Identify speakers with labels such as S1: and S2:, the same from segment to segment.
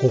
S1: こ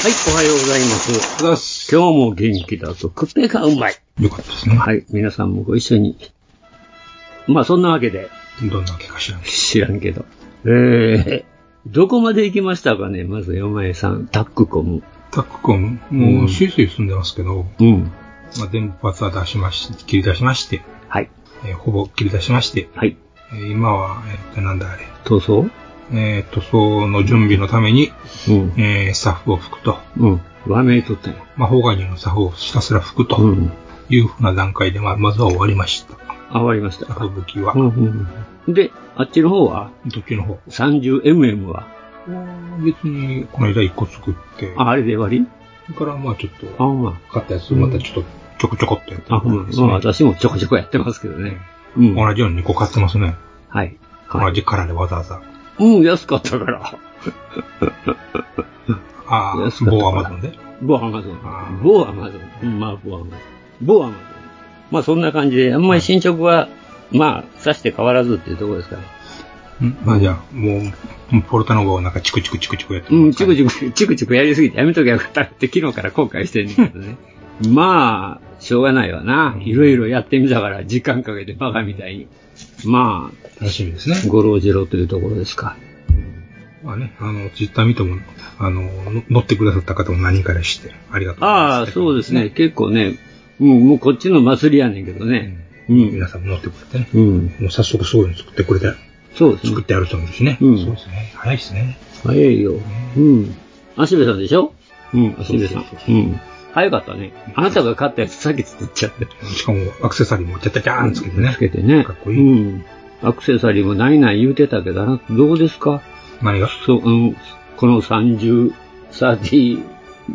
S2: はい、おはようございます。今日も元気だと、クッペがうまい。
S1: よかったですね。
S2: はい、皆さんもご一緒に。まあ、そんなわけで、
S1: どんなわけか知らんけ
S2: 知らんけど。えー、どこまで行きましたかねまず、ヨマエさん、タックコム。
S1: ど。タックコン、もう、スイスイ住んでますけど、
S2: うん。
S1: まあ、電発は出しまし、切り出しまして、
S2: はい、
S1: えーほぼ切り出しまして、
S2: はい。
S1: えー今は、えーっと、なんだあれ、
S2: 塗装
S1: えー、塗装の準備のために、
S2: うん。
S1: えースタッフを吹くと、
S2: うん。和名取ったよ。
S1: 魔法ガニのスタッフをひたすら吹く
S2: う
S1: と
S2: ん。
S1: いうふうな段階で、まあ、まずは終わりました。
S2: あ、終わりました。
S1: 吹雪は
S2: う、ん、うん。うんで、あっちの方は
S1: どっちの方
S2: ?30mm は
S1: 別に、この間一個作って、
S2: あ、あれで終わり
S1: それからまあちょっと、
S2: あ、ほんま。
S1: 買ったやつ、またちょっと、ちょこちょこっとやって
S2: あ、ほんま。
S1: です
S2: まあ
S1: ね。
S2: 私もちょこちょこやってますけどね。う
S1: うん
S2: ん。は
S1: 同
S2: い。
S1: じように2個買ってますね。
S2: はい。
S1: 同じカラーでわざわざ。
S2: うん、安かった から。
S1: ああ、
S2: 安かった
S1: 某アマゾンで。
S2: 某アマゾ
S1: あー
S2: ン。某アマゾン。うんまあ、某アマゾン。某アマゾン。まあ、そんな感じで、あんまり進捗は、まあ、さして変わらずっていうところですから。
S1: うんまあじゃあ、もう、もうポルタノ号をなんかチクチクチクチクやって
S2: うん、チク
S1: チ
S2: チク、チクチクやりすぎてやめときゃよかったって昨日から後悔してんねんけ どね。まあ、しょうがないわな。いろいろやってみたから、時間かけてバカみたいに。まあ、
S1: ク。楽しみですね。
S2: ご老次郎というところですか。
S1: まあね、あの、ツイッター見ても、あの、の乗ってくださった方も何人かでして、ありがとうございます。
S2: ああ、そうですね。。結構ね、うん、もうこっちの祭りやねんけどね。う
S1: 皆
S2: ん。
S1: さんも乗ってくれてね。
S2: うん。
S1: もう早速すごいの作ってくれて、
S2: そうです
S1: 作っ
S2: ね。
S1: てやる人もいるしね。
S2: うん
S1: そうですね。早いですね。
S2: 早いよ。うん。足部さんでしょうん、足部さん
S1: そうそう。
S2: うん。早かったね。あなたが買ったやつ先作っちゃって。
S1: しかも、アクセサリーもちゃちゃちゃーんつけてね
S2: つ。けてね。
S1: かっこいい
S2: うん。アクセサリーもないない言うてたけどな、どうですか
S1: 何が
S2: そう、うん。この30、30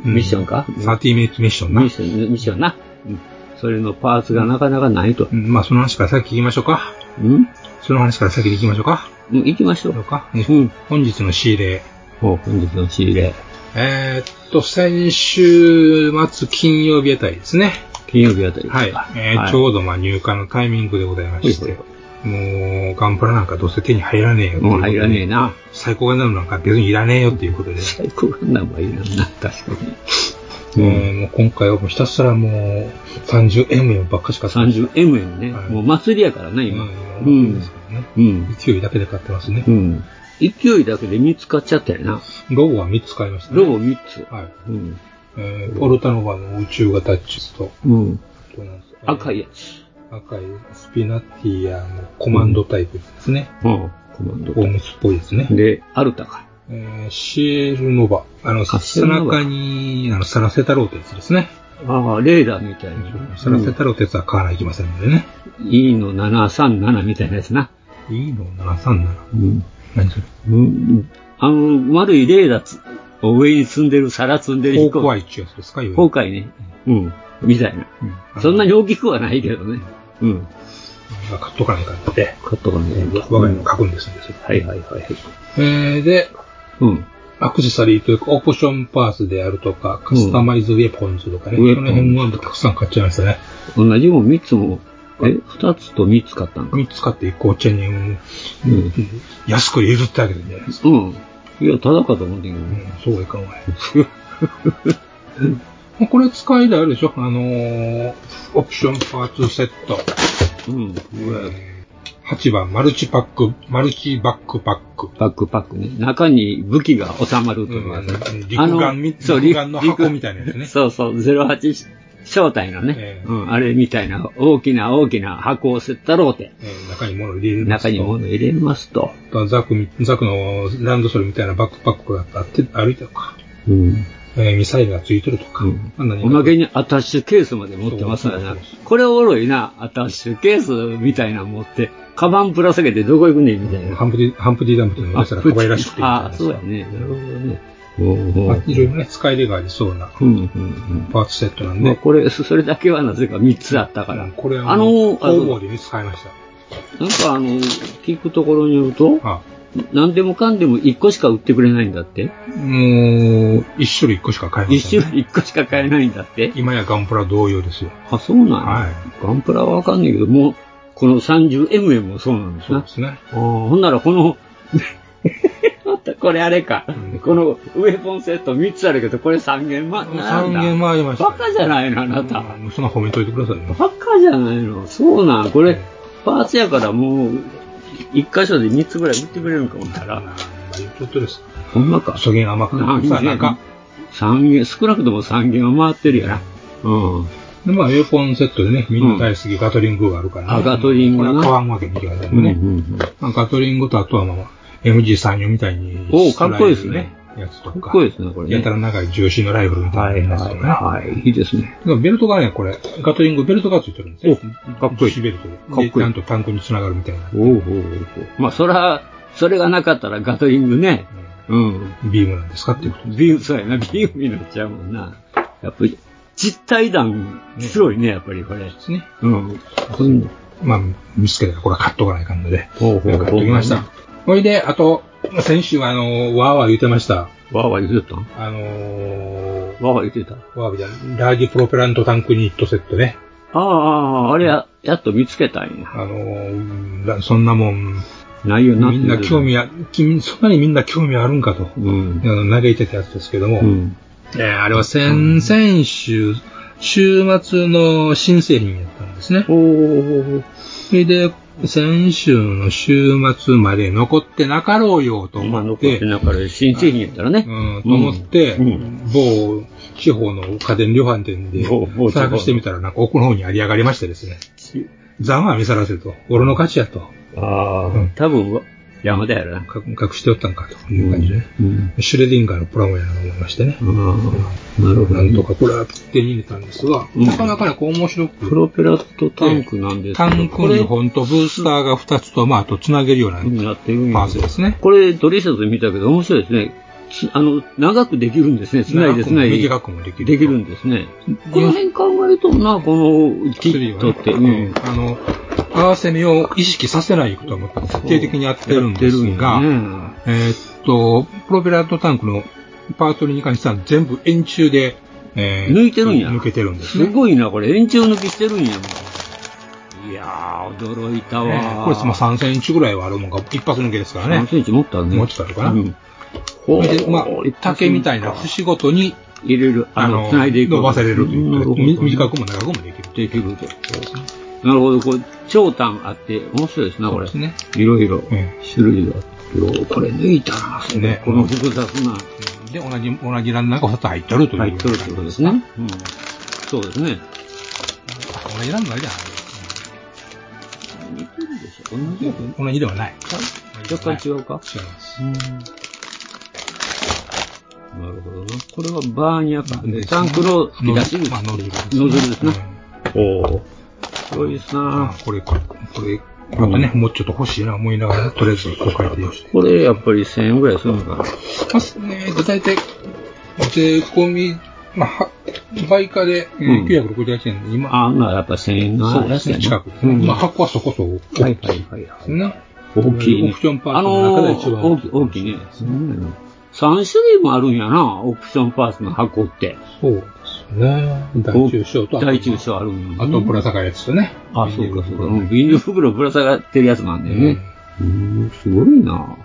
S2: ミッションか、
S1: ?30 ミニットミッションな
S2: ミッ。ション、ミッションな。うん。それのパーツがなかなかないと
S1: う。んまあ、その話から先行きましょうか。
S2: うん
S1: その話から先に行きましょうか。
S2: うん行きましょ
S1: どう
S2: う。
S1: か。ね
S2: うん。
S1: 本日の仕入れ。
S2: もう本日の仕入れ。
S1: えーっと、先週末金曜日あたりですね。
S2: 金曜日あたりですか。
S1: はい。えー
S2: はい
S1: ちょうどまあ入荷のタイミングでございまして、
S2: ほいほ
S1: もうガンプラなんかどうせ手に入らねえよっていう
S2: も
S1: こ
S2: う
S1: とで
S2: 入らねえな。
S1: 最高ガンダムなんか別にいらねえよっていうことで、
S2: 最高ガンダムはいらんな、確か
S1: も
S2: に。
S1: う
S2: うん。
S1: もう今回はもうひたすらもう 30M ばっかしか買って
S2: 30mm ね。
S1: はい
S2: もう祭りやからな、
S1: ない
S2: 今。
S1: うん
S2: うん
S1: ですけどね
S2: うん。
S1: 勢いだけで買ってますね
S2: う。ん。勢いだけで見つかっちゃったよな。
S1: ロゴは3つ買いましたね。
S2: ロボ3つ。
S1: はい。
S2: うん。
S1: えー、ポルタノバの宇宙型チュと、
S2: うん。
S1: どうなんですかね
S2: 赤いやつ。
S1: 赤いスピナティアのコマンドタイプですね。
S2: うん。コマンド
S1: ホームスっぽいですね。
S2: で、アルタか。
S1: えーシエルノバ。あの、
S2: あ
S1: 背
S2: シエルノバ
S1: 中に、あの、サラセタロウってやつですね。
S2: ああ、レーダーみたいな。
S1: サラセタロウってやつは買わないといけませんのでね。
S2: E の737みたいなやつな。
S1: いいの ?737。
S2: うん。
S1: 何それ
S2: うん。あの、悪いレーダーつを上に積んでる、皿積んでる
S1: フォ
S2: 飛
S1: ーク
S2: 行
S1: ワイチやつですか、いわゆる
S2: 今回ね。うん。みたいな。
S1: う
S2: そんなに大きくはないけどね。うん。
S1: あの買っとかないかって。
S2: カットがね。
S1: 我が家の書くんですんですよ。
S2: はいはいはいはい。
S1: えー、で、
S2: うん。
S1: アクセサリーというか、オプションパーツであるとか、カスタマイズウェポンズとかね、
S2: うんウ
S1: そ
S2: ェポン
S1: の辺はたくさん買っちゃいましたね。
S2: 同じもん3つも、え、2つと3つ買ったんか。
S1: 3つ買って1個チェーンに
S2: うん。
S1: 安く譲ってあげるんじゃないですか。
S2: うん。いや、ただかと思ってん
S1: うん、そうはいかんわい。
S2: けど。
S1: まあこれ使いであ るでしょあのー、オプションパーツセット。
S2: うん。
S1: 8番、マルチパック、マルチバックパック。
S2: バックパックね。中に武器が収まると
S1: う、
S2: いうん
S1: あ
S2: やつ
S1: の陸眼み、
S2: そう
S1: 陸眼の箱みたいなやつ
S2: 陸
S1: ね。
S2: そうそう、08正体のね、
S1: ええ
S2: うん、あれみたいな大きな大きな箱をセッタローて、
S1: えー中に物を入れる。
S2: 中に物入れますと。
S1: あとはザクみ、ザクのランドソルみたいなバックパックがあって、歩いたとか。
S2: うん。
S1: えーミサイルがついてるとか、
S2: うん
S1: まあ何か
S2: おまけにアタッシュケースまで持ってますから
S1: そう
S2: な
S1: そうそう。
S2: これおもろいな。アタッシュケースみたいなの持って、カバンぶら下げてどこ行くねんみたいな。
S1: ハンプディ、ハンプディダンプというの
S2: あ
S1: がしたら可愛らしくていいんじゃない
S2: あ、
S1: です
S2: そう
S1: か
S2: やね。なるほどね。おうおう
S1: まあいろいろね、使い手がありそうな
S2: うんうんうん。
S1: パーツセットなん
S2: まあ、
S1: で、
S2: これ、 そそれだけはなぜか3つあったから。
S1: これは
S2: あの、あ
S1: 工房
S2: の
S1: でね、使いました。
S2: なんかあの、聞くところによると、
S1: あ
S2: 何でもかんでも1個しか売ってくれないんだって。
S1: もう、一種類一個しか買えま
S2: 1
S1: せん、
S2: 種類1個しか買えないんだって。
S1: 今やガンプラ同様ですよ。
S2: あ、そうなんや、
S1: はい
S2: ガンプラはわかんないけど、もう、この 30mm もそうなんです
S1: そう
S2: な
S1: で。すね。
S2: あーほんならこの、 またこれあれか。
S1: ん
S2: このウェポンセット3つあるけど、これ3弦ま、なん
S1: 3
S2: だ
S1: 軒回りましたよ。
S2: バカじゃないの、あなた。
S1: うんそんな褒めといてくださいよ。
S2: バカじゃないの。そうなん。これ、パーツやからもう、一箇所で3つぐらい売ってくれるんか思った
S1: あ
S2: ら、
S1: まあ言っとってです。
S2: ほんまか。
S1: そげん甘くな
S2: 何
S1: さあ、なん
S2: 軒
S1: か。
S2: 三軒、少なくとも3軒は回ってるやな。うん。
S1: で、まあ、エアコンセットでね、みんな大好きガトリングがあるから、ね
S2: あガトリング
S1: こ
S2: な
S1: れは買わんわけにいきませんね。
S2: うん
S1: まあ、ガトリングとあとは、まあ、MG34 みたいに、
S2: おうかっこいいですね。
S1: やつと
S2: か
S1: か。
S2: っこいいですね、これね。
S1: やたら長い重心のライフルみた
S2: はいい
S1: なやつ
S2: は
S1: と
S2: い
S1: かね。
S2: はい。いいですね。
S1: でもベルトがね、これ、ガトリングベルトがついてるんですよ。
S2: かっこいい
S1: 樹脂ベルトで。
S2: かっこいい
S1: でちゃんとパンクにつながるみたいな。
S2: おうおうおうおうまあ、そら、それがなかったらガトリングね。うん。
S1: うんビームなんですかっていうこと。
S2: ビーム、そうやな、ビームになっちゃうもんな。やっぱり、実体弾、強いね、やっぱりこれ。
S1: ですね。
S2: うん。
S1: まあ、見つけたらこれは買っとかないかんので。
S2: ほう
S1: 買っときました。ほいで、あと、先週はあのー、わーわー言ってました。
S2: わーわー言うてたんわ
S1: あのー、
S2: ーわー言うてた
S1: わーわーじゃないラージプロペラントタンクニットセットね。
S2: ああ、あれや、やっと見つけたんや。
S1: あのーだそんなもん、
S2: ないよな。
S1: みんな興。味あ、君そんなにみんな興味あるんかと、
S2: うん
S1: あ。の嘆いてたやつですけども、
S2: うん。
S1: えーあれは先々週、週末の新製品やったんですね。
S2: おー。
S1: それで、先週の週末まで残ってなかろうよと
S2: まあ、
S1: 思っ、
S2: 残っててなから新製品やったらね。
S1: うん、と思って、
S2: うん
S1: 某地方の家電量販店で
S2: 某某地方
S1: 探してみたら、なんか奥の方にあり上がりましてですね。ざまあ見さらせと。俺の価値やと。
S2: ああ
S1: うん、
S2: 多分、山田やろな。
S1: か隠しておったんかという感じでね。
S2: うん。
S1: シュレディンガーのプラモやなと思いましてね。
S2: うんなるほ
S1: な
S2: ど。
S1: んとかこれは手に入れたんですが、
S2: うん
S1: なかなかね、こう面白く
S2: プロペラとタンクなんですけ
S1: タ
S2: ど、
S1: ンク
S2: これ
S1: に本とブースターが2つと、まあ、あと繋げるような
S2: になってるん
S1: パ
S2: や
S1: ーツですね。
S2: これ、ドレシャツで見たけど、面白いですね。つあの、長くできるんですね。つない
S1: 長
S2: で
S1: く
S2: つ
S1: も
S2: ないで。
S1: 短くもできる。
S2: できるんですね。この辺考えとるな、このキ
S1: 薬
S2: ット
S1: は
S2: って。
S1: ね、うんあの、合わせ目を意識させないことはもう徹底的にやってるんですが、
S2: うん
S1: えーっと、プロペラとタンクのパートリーに関しては全部円柱で、え
S2: 抜いてるんや
S1: 抜けてるんです
S2: す
S1: ね。
S2: ごいな、これ。延長抜きしてるんやもん。いやー、驚いた
S1: え
S2: わ
S1: ーこれまあ3センチぐらいはあるもんが一発抜けですから
S2: 何
S1: ね。
S2: センチ持ったね。
S1: 持ってたのかな
S2: うん
S1: そ
S2: ほう
S1: れで、まあ、竹みたいな節ごとに、
S2: 入れる、
S1: あ
S2: あ
S1: の、
S2: の、繋いでいく。
S1: 伸ばせれるという
S2: な
S1: か
S2: るほど
S1: み短くも長くもできる。
S2: できると。なるほど、これ、長短あって、面白いですな、これ。
S1: そうです
S2: いろいろ
S1: え、
S2: 種類があってようこれ抜いたな、それ
S1: ね
S2: この複雑な、
S1: で、同じ、同じランナーが2つ入っとるという。
S2: 入っとるってことですね。うん。そうですね。
S1: 同じランナーじゃ
S2: 似てるでしょ同じや
S1: ない。同じではない。
S2: つ若干違うか
S1: 違います。
S2: うん。なるほどな。これはバーニャか。で、タンクの引き出し
S1: まあ、
S2: 口。
S1: ノズルです
S2: ノズルですね
S1: うん
S2: おお。そうですな
S1: あ。これ、これ、これ、またね、もうちょっと欲しいな思いながら、とりあえずこう書いてみました。
S2: これ、やっぱり1000円ぐらいするのかな。
S1: まあ、ね、大体、税込み、まあ、は倍価で、え
S2: う
S1: ー
S2: ん
S1: 968円で、今、
S2: あんならやっぱ1000円の
S1: そうですね、近くですね。まあ、箱はそこそこ
S2: は
S1: 大
S2: い
S1: きい
S2: はいはいは
S1: で
S2: い
S1: す。ね。
S2: 大きい、ね。
S1: オプションパー
S2: あ
S1: ツの中
S2: の
S1: で
S2: ー
S1: 一番
S2: 大きい、大きいね。3種類もあるんやな、オプションパーツの箱って。
S1: そうですね。大中小と、あと
S2: 大中小あるんや
S1: あ
S2: ね
S1: とぶら下がるやつとね。
S2: あ、そうかそうか。うんビニール袋ぶら下がってるやつなんだよね。うん、すごいな。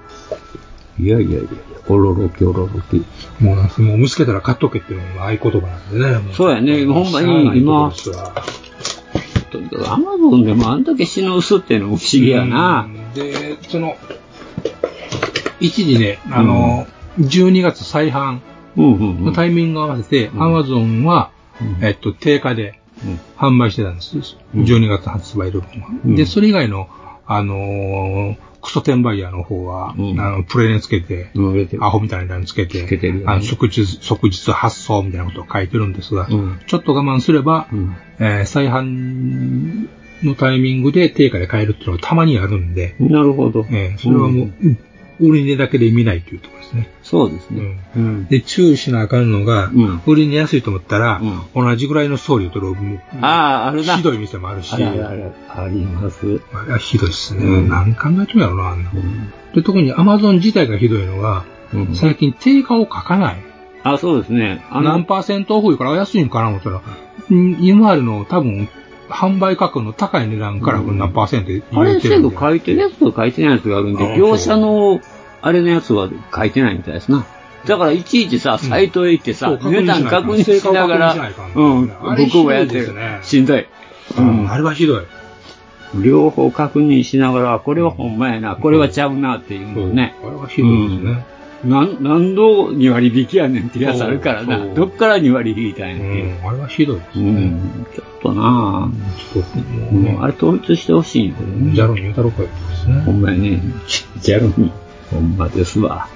S2: いやいやいやいや、おろろきおろろき。
S1: もうなんす、もう見つけたら買っとけっていうのが合言葉なんでね。も
S2: そうやねほんまに今
S1: しゃあないとこですわ
S2: とにかくアマゾンでもあんだけ品薄っていうのも不思議やな。
S1: うん。で、その、一時ね、あの、12月再販
S2: うんうんう
S1: の
S2: ん。
S1: タイミングを合わせて、アマゾンは、
S2: うん
S1: えっと、定価で
S2: うん
S1: 販売してたんです。
S2: うん
S1: 12月発売分は。
S2: うん
S1: で、それ以外のあのークソ転売ヤーの方は、
S2: うん
S1: あの、プレーにつけて、
S2: うん売れてる
S1: アホみたいなのにつけて、
S2: つけてるよね
S1: あの即日、即日発送みたいなことを書いてるんですが、
S2: うん
S1: ちょっと我慢すれば、
S2: うん
S1: えー再販のタイミングで定価で買えるっていうのはたまにあるんで、
S2: なるほど。
S1: えーそれはもう、
S2: ん
S1: うん売り値だけで見ないというところですね。
S2: そうですね。うん。
S1: で、注意しなあかんのが、
S2: うん
S1: 売りに安いと思ったら、
S2: う
S1: 同じぐらいの送料とログあ
S2: ああ、あるな。
S1: ひどい店もあるし、
S2: あるあるある。あります。う
S1: あれはひどいっすね。
S2: うん
S1: 何考えてもやろな、あんな。
S2: ん
S1: で、特に Amazon 自体がひどいのが、
S2: うん
S1: 最近定価を書かない。
S2: あ、そうですね。あ
S1: 何
S2: の、
S1: パーセントオフいうから安いんかな思ったら、ん今あるの多分、販売価格の高い値段からこれ何パーセントで
S2: あ
S1: 入
S2: れ
S1: れてる
S2: 制
S1: んで
S2: 度書いてるやつと書いてないやつがあるん
S1: あ
S2: で、
S1: あ
S2: 業者の、あれのやつは書いてないみたいですな。だから、いちいちさ、サイトへ行ってさ、
S1: そう
S2: 値段確認しなが
S1: 確認しない
S2: ら
S1: かん、
S2: うん、
S1: あれ
S2: 僕もやって
S1: ひどいですね
S2: る。しんどい。う
S1: うん
S2: ん
S1: あれはひどい。
S2: 両方確認しながら、これはほんまやな、これはちゃうなっていうのをね。
S1: あれはひどいですね。
S2: なん、何度2割引きやねんってやつあるから
S1: そうそ
S2: な。
S1: う
S2: どっから2割引いたんやねんっていう。
S1: うんあれはひどいです
S2: う
S1: ね。
S2: ん、ちょっとなぁ、
S1: ちょっともう
S2: うん
S1: ね
S2: あれ統一してほしいんやけどね。
S1: ジャロに言うたろかいうことです
S2: ほ
S1: ね。
S2: んまやね。ジャロに。ほんまですわ。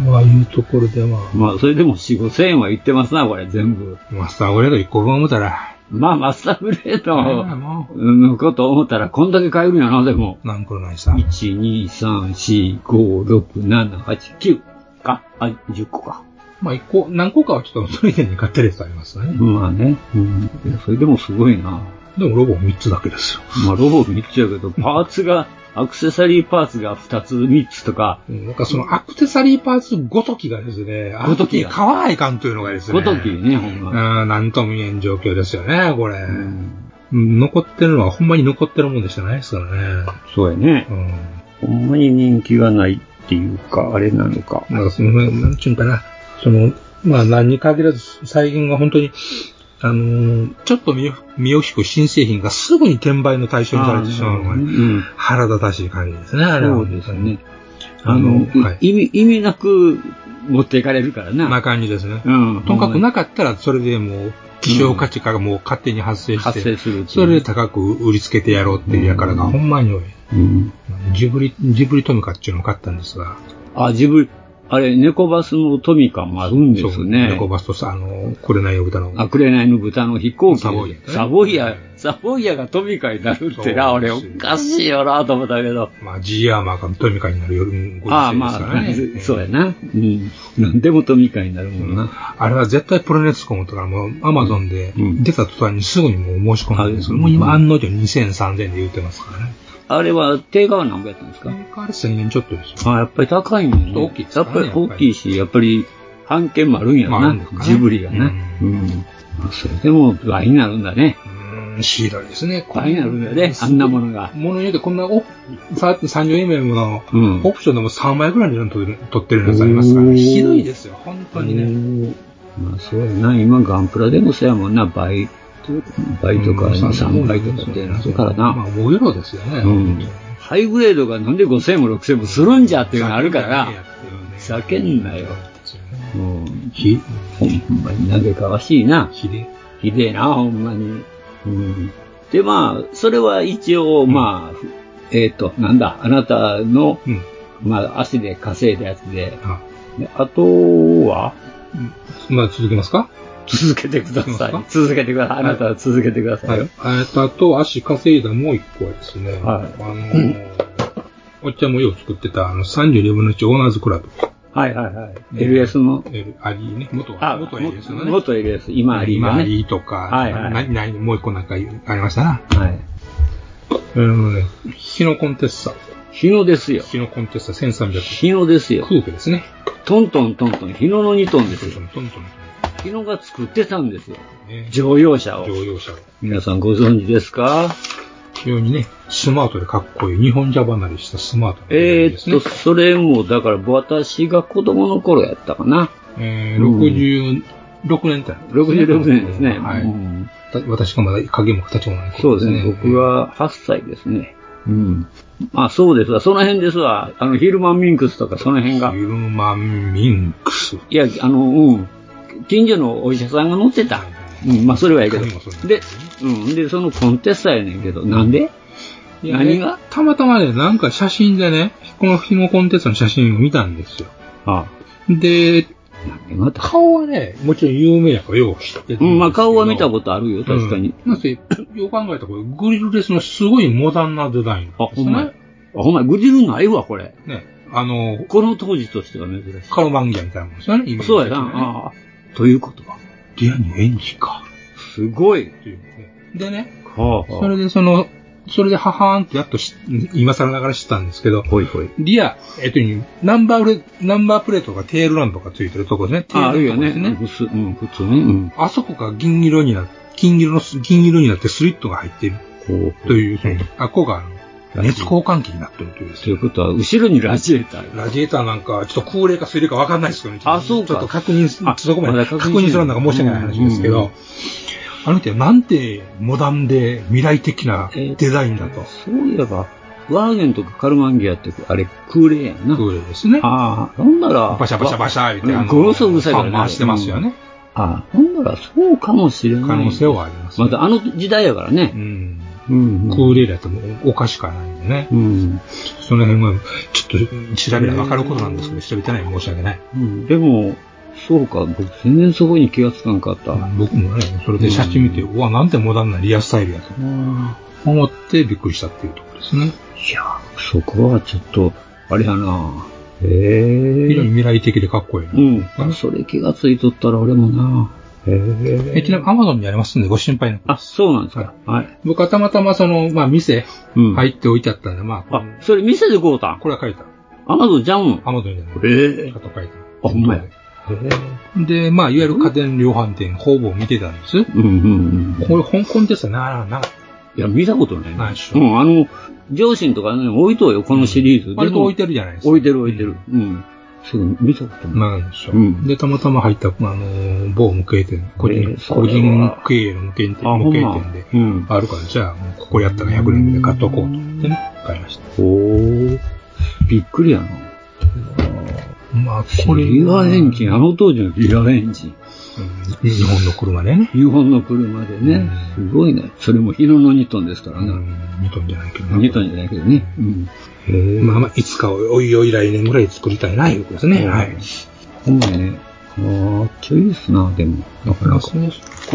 S2: うん
S1: まあ、いうところでは、
S2: まあ、それでも4、5千円は言ってますな、これ、全部。
S1: マスターグレード1個分思ったら、
S2: まあ、マスターグレー
S1: ねえも
S2: ドのこと思ったら、こんだけ買えるんやな、でも。
S1: 何個ないさ。
S2: 1、2、3、4、5、6、7、8、9か。あ、10個か。
S1: まあ、1個、何個かはちょっとそれ以前に買ったやつありますね。
S2: まあね。うん。それでもすごいな。
S1: でもロボ3つだけですよ。
S2: まあ、ロボ3つやけど、パーツが、アクセサリーパーツが2つ、3つとか、
S1: うんなんかそのアクセサリーパーツごときがですね、
S2: ごと
S1: あ
S2: き
S1: の時買わないかんというのがですね。
S2: ごときね、ほん
S1: う
S2: ま。
S1: ん、なんとも言えん状況ですよね、これ。
S2: うん
S1: うん残ってるのはほんまに残ってるもんでしかないですからね。
S2: そうやね
S1: う。ん。
S2: ほんまに人気がないっていうか、あれなのか。
S1: なんかその辺、なんちゅうんかな、その、まあ何に限らず、最近は本当に、あのーちょっと身を身を引く新製品がすぐに転売の対象にされてしまうのが、
S2: あーうん
S1: 腹立たしい感じですね、あれは。
S2: そうですね。
S1: あ
S2: あ
S1: の
S2: の、
S1: はい
S2: 意味、意味なく持っていかれるから
S1: な
S2: な。
S1: 感じですね。
S2: うん
S1: とにかくなかったら、それでもう、希少価値がもう勝手に発生して、
S2: 発生するっていう
S1: それで高く売りつけてやろうっていうやからが、
S2: うん
S1: ほんまに多い。
S2: うん
S1: ジブリ、ジブリトミカっていうのを買ったんですが、
S2: あ、自分、あれ、猫バスのトミカもあるんですね。
S1: 猫バスとさ、あの、くれないよ豚の。
S2: あくれないの豚の飛行機。
S1: サボイヤ
S2: サボイヤ、サボイヤがトミカになるってな、
S1: そう
S2: 俺、おかしいよな、と思ったけど。
S1: まあ、G アーマーかトミカになる夜のご時
S2: ああ、
S1: 世で
S2: ます
S1: からね。
S2: あ、そうやな。うん。なんでもトミカになるもんな。
S1: あれは絶対プロネスコムとかもうアマゾンで
S2: うん
S1: 出た途端にすぐにもう申し込んでるんですけど、
S2: うん
S1: もう今案の定2000、3000で言ってますからね。
S2: あれは、定価は何倍やったんですか
S1: メーカーで1000円ちょっとですよ。
S2: あやっぱり高いもん
S1: ちょ
S2: ね。
S1: っと大きいです
S2: や
S1: か
S2: っ
S1: ね
S2: ぱり大きいし、やっぱり、判件もあるんやろ
S1: まああ
S2: な、
S1: るんですかね
S2: ジブリがな。
S1: う
S2: うんん。まあそれでも倍になるんだね。
S1: うーん、ひどいですね。
S2: 倍になるんだよね、あんなものが。
S1: ものによってこんなオプさ 30mm の
S2: うん
S1: オプションでも3倍ぐらいの値段取ってるやつありますから、
S2: おー
S1: ひどいですよ、本当にね。
S2: ね。まあそうやな、今ガンプラでもそうやもんな、倍、倍とか
S1: うん
S2: 3倍とかってなるから
S1: ま
S2: な。
S1: あ、大色ですよね。
S2: うん。ハイグレードがなんで5000も6000もするんじゃっていうのあるからな。
S1: ふざ
S2: 叫んなよ。うん。
S1: ひ、
S2: ほんまに嘆かわしいな。
S1: ひで。
S2: ひでえな、ほんまに。うん。で、まあ、それは一応、まあ、えっ、と、なんだ、あなたの、
S1: うん。
S2: まあ、足で稼いだやつで、
S1: あ、
S2: であとは、
S1: まあ、続けますか
S2: 続けてくださ
S1: そうで
S2: い。 続けてください。あなたは続けてくださ
S1: はいい。え
S2: よ。
S1: っと、あと、足稼いだもう一個はですね、
S2: はい
S1: あのー、おっちゃんもよう作ってた、あの、32分の1オーナーズクラブ。
S2: はいはいはい。LS の、
S1: えアリーね、元は、
S2: あ、
S1: 元
S2: 元
S1: アリーですよね。
S2: LS、今あり
S1: 今
S2: が
S1: ア
S2: ね。
S1: リーとか、
S2: はいはい
S1: ななもう一個なんかありましたな。
S2: はい。
S1: うん、日野コンテッサ。
S2: 日野ですよ。
S1: 日野コンテッサ1300。
S2: 日野ですよ
S1: ク。ーペですね。
S2: トントントントン、日野の2トンで
S1: ト
S2: す
S1: ント
S2: よ。
S1: ントントン
S2: 日野が作ってたんですよ。
S1: ね。
S2: 乗用車を。
S1: 乗用車を。
S2: 皆さんご存知ですか
S1: 非常にね、スマートでかっこいい、日本じゃ離れしたスマートなデザイ
S2: え
S1: ンですね
S2: ーっと、それも、だから私が子供の頃やったかな。
S1: えー、66年代、
S2: 66年ですね。
S1: はい。
S2: うん
S1: た私がまだ影も形もない、
S2: そうですね。僕。は8歳ですね。うん。まあそうですわ。その辺ですわ。あの、ヒルマン・ミンクスとかその辺
S1: ヒ
S2: が。
S1: ルマン・ミンクス。
S2: いや、あの、うん。近所のお医者さんが乗ってた。うん、まあそれはいいけ
S1: 紙もそうなん
S2: ど。
S1: で
S2: で、
S1: す
S2: うん。で、そのコンテスタやねんけど、なんで
S1: いや
S2: 何が
S1: ねたまたまね、なんか写真でね、このひもコンテストの写真を見たんですよ。
S2: あ
S1: で、
S2: 何がと。
S1: 顔はね、もちろん有名やからよう知ってるんですけ
S2: う
S1: ど。
S2: ん、まあ顔は見たことあるよ、確かに。
S1: うんなんせ、よう考えたらこれ、グリルレスのすごいモダンなデザインなん
S2: あ、
S1: で
S2: ほ
S1: す
S2: んまや
S1: ね。。
S2: あ、ほんまや、グリルないわ、これ。
S1: ね。あの、
S2: この当時としては珍しい。
S1: カロマンギアみたいなもんですよね、イメージ
S2: そうや
S1: 的にね
S2: な。ああ。ということは。
S1: ディアのエンジか。
S2: すごい。
S1: っていうね。でね、
S2: はあ、はあ。
S1: それでその、それでははーんってやっとし今更ながら知ったんですけど、
S2: ほいほい。
S1: リア、えっと、ナンバープレ、ナンバープレートがテールランプがついてるとこですね。テール
S2: あ、あるよね。
S1: ランプです
S2: 普通、うん、普通ね。うん。
S1: あそこが銀色になって、金色のす、銀色になってスリットが入っている
S2: こう。
S1: という、その、あ、ここがあの熱
S2: 光
S1: 交換器になってるというですね
S2: ということは、後ろにラジエーターが。
S1: ラジエーターなんか、ちょっと高齢化するか分かんないですけどね。
S2: あそうか
S1: ちょっと確認す、
S2: あ
S1: そこま
S2: ま
S1: で
S2: だ
S1: 確
S2: 確認
S1: 認するのが申し訳ない話ですけ
S2: うんうん
S1: ど
S2: うん、
S1: あの人なんてモダンで未来的な
S2: えー
S1: デザインだと。
S2: そういえば、ワーゲンとかカルマンギアって、あれ、空冷やんな。
S1: そうですね。
S2: ああ、ほんなら、
S1: バシャバシャバシャみたいな。
S2: ごろそうるさいからね
S1: 回してますよね。
S2: ああ、ほんならそうかもしれない。
S1: 可能性はありますね。
S2: またあの時代やから
S1: う
S2: ね。
S1: ん。
S2: うん
S1: 空冷だともうおかしくはないんでね
S2: う。ん。
S1: その辺は、ちょっと調べれば分かることなんですけど、調べてない申し訳ない。
S2: うん。でも、そうか、僕全然そこに気がつかんかった。あ
S1: 僕もね、それで写真見て、うわ、なんてモダンなリアスタイルやと
S2: あ
S1: 思ってびっくりしたっていうところですね。
S2: いや、そこはちょっと、あれやな。へ
S1: 非常に
S2: え。
S1: 未来的でかっこいいな。
S2: うん。それ気がついとったら俺もな。へ
S1: え、ちな
S2: え。
S1: みに Amazon にありますんでご心配なく。
S2: あ、そうなんですか。はい。
S1: 僕はたまたまその、まあ店
S2: うん。
S1: 入。っておいてあったんで、まあ、
S2: あ、それ店で買うたん
S1: これは書いた。
S2: アマゾンじゃうん。
S1: Amazon じゃない。
S2: ええ
S1: あ。と書いた。
S2: あ、ほんまや。へ
S1: で、まあ、いわゆる家電量販店、ほぼ見てたんです。
S2: うんうんうん。
S1: これ、香港ですよ。な、な、
S2: いや、見たことない。
S1: ないっしょ
S2: うん、あの、上親とかね、置いとうよ、このシリーズ。
S1: 割と置い
S2: て
S1: てるじゃないですか。
S2: 置いてる、置いてる。うん。すぐ見たことない。
S1: なんでしょ
S2: う
S1: う。
S2: ん
S1: で、たまたま入った、あのー、某無形店、個
S2: え
S1: 人
S2: ー、それ
S1: 個
S2: は
S1: 人経営の無形店、無形店で、
S2: うん。
S1: あるから、じゃあ、もうここやったら100円で買っとこうと思ってね、買いました。
S2: おー。びっくりやな。
S1: まあ、これ。
S2: リアエンジン、あの当時のリアエンジン。
S1: うん日本の車でね。
S2: 日本の車でね、
S1: う
S2: すごいね。それも昼のニトンですから
S1: う
S2: ね。
S1: んニトンじゃないけどな。
S2: ニトンじゃないけどね。うん。へえ。
S1: まあまあ、いつかおいおい来年ぐらい作りたいな、いうことですね。はい。
S2: ほんまやね。あーかっちょいいっすな、でも。だか
S1: まあ
S2: ら、
S1: そ
S2: こ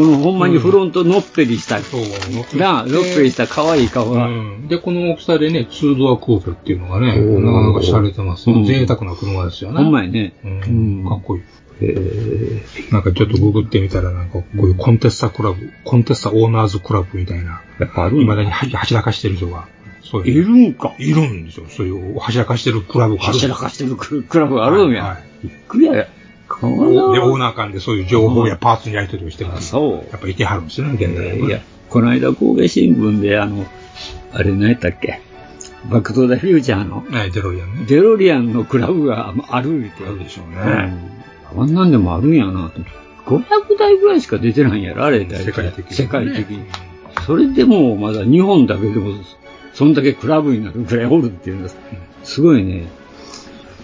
S1: う
S2: のほんまにフロントのっぺりした、
S1: そう
S2: なあ、のっぺりした可愛い顔が。
S1: うんで、この大きさでね、ツードアクーペっていうのがね、
S2: おー
S1: なかなか洒落てます。
S2: うん
S1: 贅沢な車ですよね。
S2: ほんまやね。
S1: うん
S2: うん
S1: かっこいい。
S2: へえ。
S1: なんかちょっとググってみたら、なんかこういうコンテスタクラブ、コンテスタオーナーズクラブみたいな、
S2: やっぱあるん
S1: 未だ
S2: だ。
S1: には走らかしてる人が、そう
S2: い
S1: いう。
S2: るんか。
S1: いるんですよ。そういう、走らかしてるクラブがある。
S2: 柱化してるククラブがあるんや。
S1: はいはい
S2: びっくりや。かわいい
S1: で、オー
S2: な。
S1: ナー間でそういう情報やパーツにやり取りをしてま
S2: あ
S1: す。
S2: そう
S1: やっぱいてはるんですよね、
S2: え
S1: 現代
S2: ー
S1: はい
S2: や、この間神戸新聞で、あの、あれ何やったっけ。バックトゥーザフューチャーの
S1: はい、デロリアンね。
S2: デロリアンのクラブがあるって。
S1: あるでしょうね。
S2: うんあんなんでもあるんやなと思って。500台ぐらいしか出てないんやろ、あれ大体
S1: 世界的に
S2: 世界的に。それでもまだ日本だけでも、そんだけクラブになるぐらいおるっていうのは、すごいね。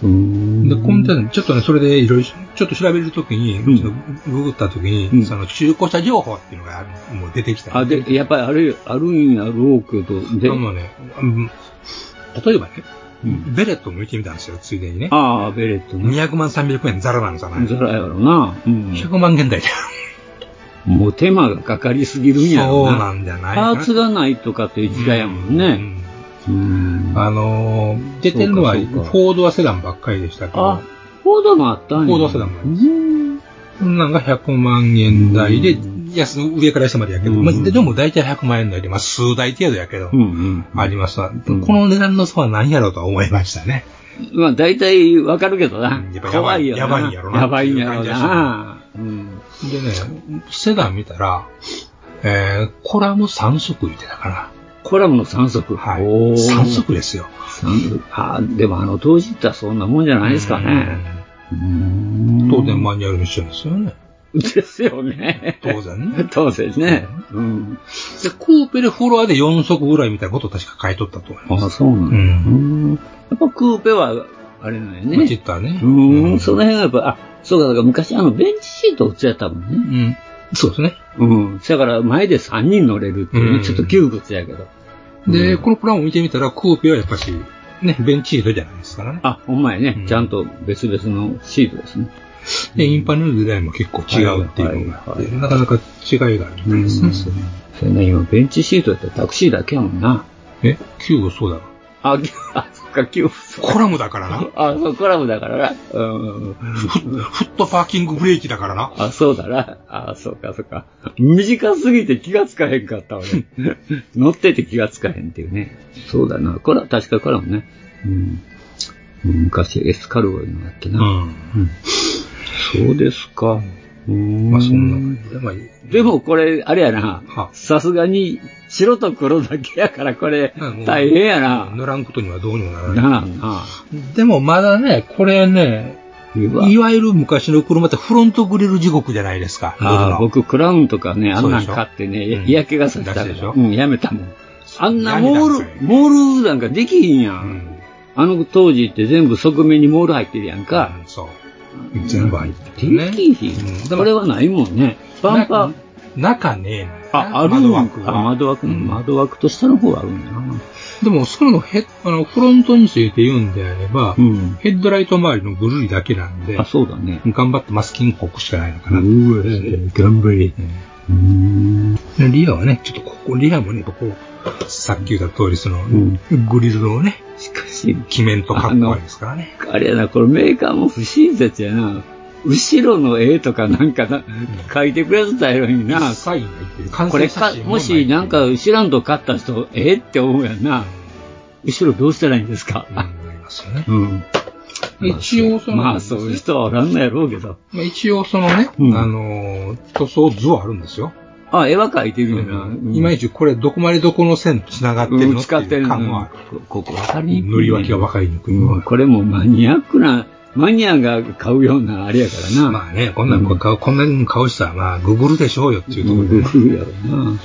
S2: うーん
S1: で、コンテナ、ちょっとね、それでいろいろ、ちょっと調べるときに、
S2: うん
S1: そのググったときに、
S2: うん
S1: その中古車情報っていうのがあるもう出てきた。
S2: あ、で、やっぱりある、あるんやろうけど、で
S1: あ、のね、うん例えばね、
S2: うん
S1: ベレットも見てみたんですよ、ついでにね。
S2: ああ、ベレットね。
S1: 200万300円ザラなんじゃない
S2: ザラやろな。うん。
S1: 100万円台だよ。
S2: もう手間がかかりすぎるんや
S1: そ
S2: ろ
S1: う
S2: な。
S1: なんじゃない
S2: パーツがないとかっていう時代やもんね。
S1: うん
S2: うん。
S1: あのー、出てるのは、フ
S2: そうかそう
S1: ォ
S2: か
S1: ードはセダンばっかりでしたけど、
S2: あ、フォードもあったんや。
S1: フォードセダンもあり
S2: うん。
S1: こんなんが100万円台で
S2: う、
S1: 安、上から下までやけど、
S2: うん
S1: まあででも大体100万円台で、まあ数台程度やけど
S2: う、んうん。
S1: ありますわ。
S2: うん
S1: この値段の差は何やろうとは思いましたね。
S2: まあ、大体わかるけどな
S1: うんやっ。ぱやば
S2: 怖
S1: い
S2: いよな。
S1: やばいんやろな
S2: やばいんやろな。うん。
S1: でね、セダン見たら、えー、コラム3足言ってたか
S2: コラムの3足。
S1: ら、はい。
S2: おー
S1: 3。足ですよ。
S2: 三足あーでもあの当時ってそんなもんじゃないですかね。う
S1: うんん。当然マニュアルミッションですよね。
S2: ですよね。。
S1: 当然ね
S2: 当然ね。うん。
S1: で、コーペでフォロワーで4足ぐらいみたいなことを確か書いとったと思います。
S2: ああ、そうなんだ。
S1: う
S2: うんん。やっぱクーペは、あれなんや
S1: まあ、ちっ
S2: ね。
S1: とはね。
S2: うーん、その辺がやっぱ、あ、そうか、だから昔あのベンチシート売ってたもんね。
S1: うん。そうですね。
S2: うん。だから前で3人乗れるっていう
S1: うん
S2: ね、ちょっと窮屈やけど。
S1: で、
S2: うん
S1: このプランを見てみたら、クーペはやっぱし、ね、ベンチードじゃないですからね。
S2: あ、ほんまやね、
S1: うん
S2: ちゃんと別々のシートですね。
S1: で、インパネルのデザインも結構違うっていうのがあっ
S2: は
S1: て、
S2: いはいはい
S1: なかなか違いがあるみたいですね、それ
S2: それね、今、ベンチシートやったらタクシーだけやもんな。
S1: え、キューブそうだろ。
S2: あ、ぎあ、そっか、キューブそう
S1: コラムだからな。
S2: あ、そう、コラムだからな。うん。
S1: フットパーキングブレーキだからな。
S2: あ、そうだな。あ、そうか、そうか。短すぎて気がつかへんかったわね。 乗ってて気がつかへんっていうね。そうだな。これは確かコラムね。うん。昔、エスカルゴいうのがあって
S1: う
S2: な。
S1: ん。
S2: うんそうですか。うん
S1: まあそんな感じで、まあいい。
S2: でもこれ、あれやな
S1: は。
S2: さすがに、白と黒だけやから、これ
S1: うんもう、
S2: 大変やな。
S1: 乗らんことにはどうにもならない。
S2: なあ、なあ。
S1: でもまだね、これね、
S2: うわ
S1: いわゆる昔の車ってフロントグリル地獄じゃないですか。
S2: ああ、
S1: 僕
S2: 僕、クラウンとかね、あんなん
S1: そうでしょ
S2: 買ってね、
S1: うん
S2: 嫌気がさしたから
S1: 出すでしょ
S2: うん、やめたもん。あんな
S1: 何
S2: モ
S1: なん
S2: ー
S1: そ
S2: ル、
S1: れ
S2: モールなんかできひんやん。あの当時って全部側面にモール入ってるやん
S1: が、
S2: か
S1: う。んそう。全部入ってるね。
S2: できひん。
S1: で
S2: これ
S1: も、
S2: はないもんね。バンパー、
S1: 中ねえのよな
S2: あ、ある
S1: 窓
S2: ん
S1: 枠
S2: あ、
S1: が。
S2: 窓枠の、
S1: うん
S2: 窓枠と下の方があるんやな。
S1: でも、そのヘッあの、フロントについて言うんであれば
S2: う、ん。
S1: ヘッドライト周りのブルーだけなんで
S2: あ、、そうだね。
S1: 頑張ってマスキングを置くしかないのか
S2: う
S1: な。
S2: わ頑張れ。
S1: うん
S2: うーん。
S1: でリアはね、ちょっとここ、リアもね、ここ、さっき言った通り、その、
S2: ん
S1: グリルのね、
S2: しかし、
S1: キメンとかっこいいですからね。
S2: あれやな、これメーカーも不親切やな。後ろの絵とかなんかな、書いてくれてたようにな
S1: 一。切ないっていう完
S2: こ
S1: 成
S2: れ
S1: 写
S2: か
S1: 真、も
S2: も
S1: ない
S2: しなんか後ろんと買った人、えって思うやんな。後ろどうしたらいいんですか
S1: うん、なりますよね。
S2: うん。
S1: 一応その
S2: まあそういう人はおらんのやろうけど。
S1: まあ、一応そのね、
S2: うん
S1: あのー塗装図はあるんですよ。
S2: あ、絵は描いてるよな。うん
S1: いまいちこれどこまでどこの線と繋がってる
S2: うん
S1: の
S2: 使ってる
S1: 感
S2: の
S1: はあ。
S2: こここわかり
S1: る。
S2: にくい。
S1: 塗り分けが分かりにくい。
S2: うんこれもマニアックな、マニアが買うようなあれやからな。
S1: まあね、こんなんこう買う、こんなに買う人は、まあ、ググるでしょうよっていうところで、
S2: うん工夫やろな。う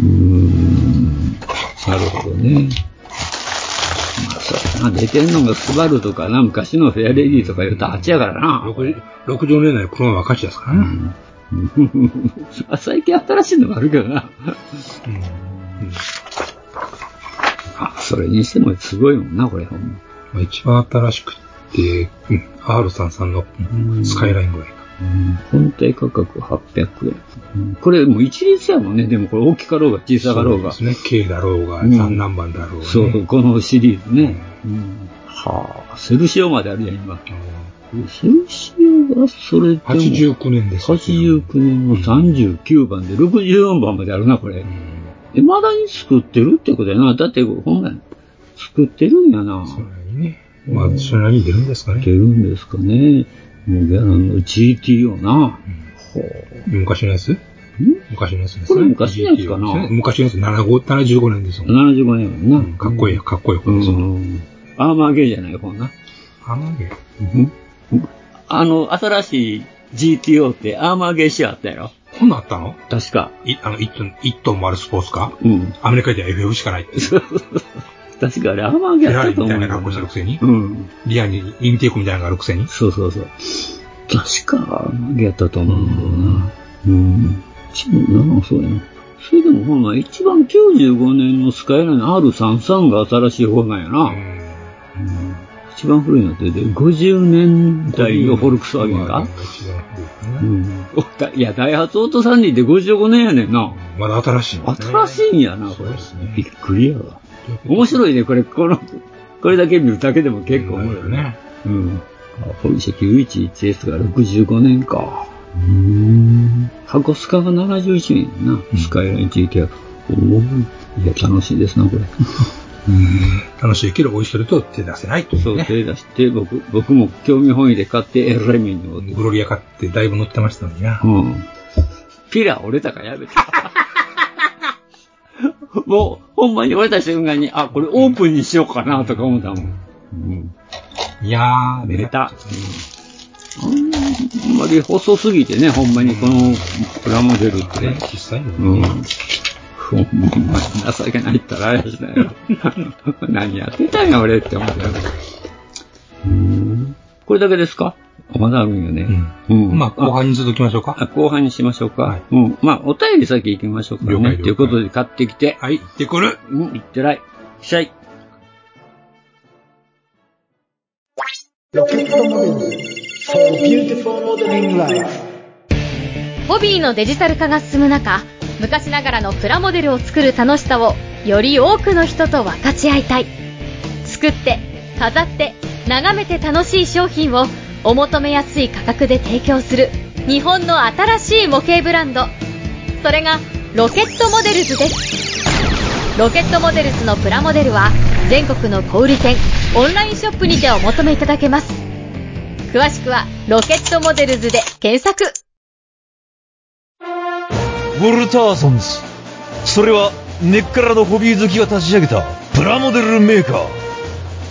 S2: ーん。なるほどね。まあ、そうやな。出てんのがスバルとかな、昔のフェアレディとか言うとあっちやからな。
S1: 60 60年代の車は赤字ですからね。
S2: あ最近新しいのがあるけどな。
S1: うん
S2: あ、それにしてもすごいもんな、これ。ほん
S1: まあ、一番新しくって、うん R33 の
S2: ま
S1: スカイラインぐらいか。
S2: うん本体価格800円。うんこれもう一律やもんね。でもこれ大きかろうが小さかろうが。
S1: そうですね。K だろうが、
S2: うん
S1: 三何番だろうが、ね。
S2: そうそう、
S1: ん
S2: このシリーズね。うんはあ、セルシオまであるやん、今。セルシオがそれでも、
S1: 89年ですよ。
S2: 89年の39番で64番まであるな、これ
S1: う。ん
S2: いまだに作ってるってことやな。だって、本来、作ってるんやな。
S1: それなりにね。まあ、それなりに出るんですか
S2: 出
S1: ね。
S2: るんですかね。もうギャランの GTO な。
S1: うん
S2: ほう
S1: 昔のやつ
S2: ん
S1: 昔のやつですね。
S2: これ昔のやつかな
S1: GTO ですね昔のやつ、75 75年ですもん。
S2: 75年やもん
S1: うん
S2: な。
S1: かっこいいよ、かっこいいよ、こ
S2: う
S1: れ。その
S2: ん。アーマーゲーじゃない方な。
S1: あのね、
S2: あの、新しい GTO ってアーマーゲーシアあったやろ
S1: こんなんあったの
S2: 確か。
S1: いあの、1トン、一トンもあるスポーツカー
S2: うん。
S1: アメリカでは FF しか ないって。フ
S2: 確かあれアーマーゲー
S1: ェ
S2: や
S1: ラ
S2: っ
S1: ー
S2: た
S1: リ
S2: と
S1: みたい
S2: 思うんだ
S1: な
S2: よ
S1: 格好してるくせに、
S2: うん。
S1: リアにインテークみたいなのがあるくせに、
S2: そうそうそう。確か、やったと思うんだよな。うん。ちなあ、そうやな。それでもほんま、一番95年のスカイラインの R33 が新しい方なんやな。
S1: うん
S2: うん一番古いのって、で50年代のフォルクスワーゲン
S1: まあ
S2: か
S1: ね一番古いかな
S2: うん。おだいや、ダイハツオート3人って55年やねんな。
S1: まだ新しいのね。
S2: 新しいんやな、こ
S1: そ
S2: れ
S1: うですね。
S2: びっくりやわ。面
S1: 面
S2: 白いね、これ、この、これだけ見るだけでも結構面白いね。
S1: ね。
S2: うん。あ、ポルシェ 911S が65年か。うーん。箱スカが71年やな、
S1: うん
S2: スカイライン GTR。おーいや、楽しいですな、これ。
S1: 楽しいけど、美味しいると手出せないとい
S2: そうう、
S1: ね。
S2: 手出して、僕、僕も興味本位で買って、エルレミンを。
S1: グロリア買ってだいぶ乗ってましたのにな。
S2: うん。ピラー折れたからやめて。 もう、ほんまに折れた瞬間に、あ、これオープンにしようかな、とか思ったもん。うん。
S1: いやー、
S2: ベタ。うん。あんまり細すぎてね、ほんまにこのプラモデルって
S1: ね
S2: ね。。
S1: 実際
S2: う
S1: に
S2: ん。
S1: ね。
S2: ほん まに情けないったらあれやしなよ。 何やってたんや、俺って思ったよ。うんこれだけですかまだあるんよね。
S1: うん。まあ、後半に続きましょう
S2: あ
S1: か。
S2: 後半にしましょうか。
S1: はい
S2: うん。まあ、お便り先行きましょうか
S1: 了解
S2: ね。
S1: 了解
S2: ということで、買ってきて。
S1: はい、行ってくる。
S2: うん、いってらい。しゃい。
S3: ホビーのデジタル化が進む中昔ながらのプラモデルを作る楽しさをより多くの人と分かち合いたい作って飾って眺めて楽しい商品をお求めやすい価格で提供する日本の新しい模型ブランドそれがロケットモデルズですロケットモデルズのプラモデルは全国の小売店オンラインショップにてお求めいただけます詳しくは「ロケットモデルズ」で検索
S4: ウォルターソンズそれは根っからのホビー好きが立ち上げたプラモデルメーカー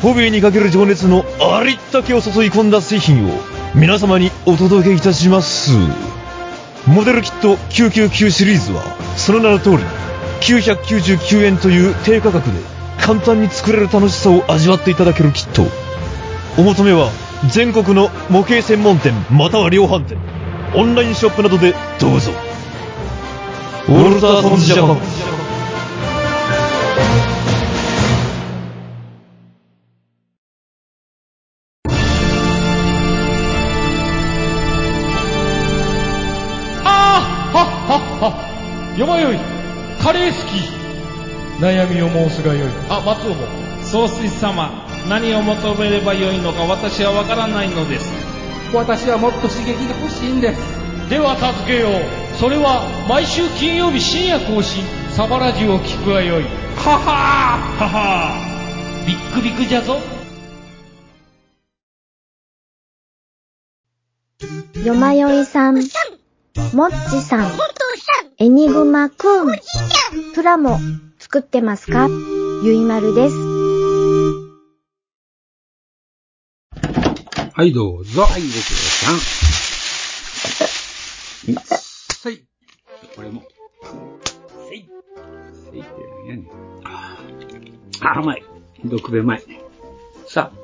S4: ホビーにかける情熱のありったけを注ぎ込んだ製品を皆様にお届けいたしますモデルキット999シリーズはその名の通り999円という低価格で簡単に作れる楽しさを味わっていただけるキットお求めは全国の模型専門店または量販店オンラインショップなどでどうぞウォルターソンズジャパン
S5: あーはっはっはよまよいカレー好き悩みを申すがよいあ松尾も
S6: 総帥様何を求めればよいのか私は分からないのです
S7: 私はもっと刺激が欲しいんです
S5: では助けようそれは毎週金曜日深夜更新サバラジを聞くがよいははははビックビックじゃぞ
S8: よまよいさん、もっちさん、エニグマくん、プラモ作ってますかゆいまるです。
S1: はい、どうぞ。
S2: はい、ですよ、さん。
S1: はい。
S2: これも。せい。せいってなんやねん。あー、甘い。毒べまい。さあ、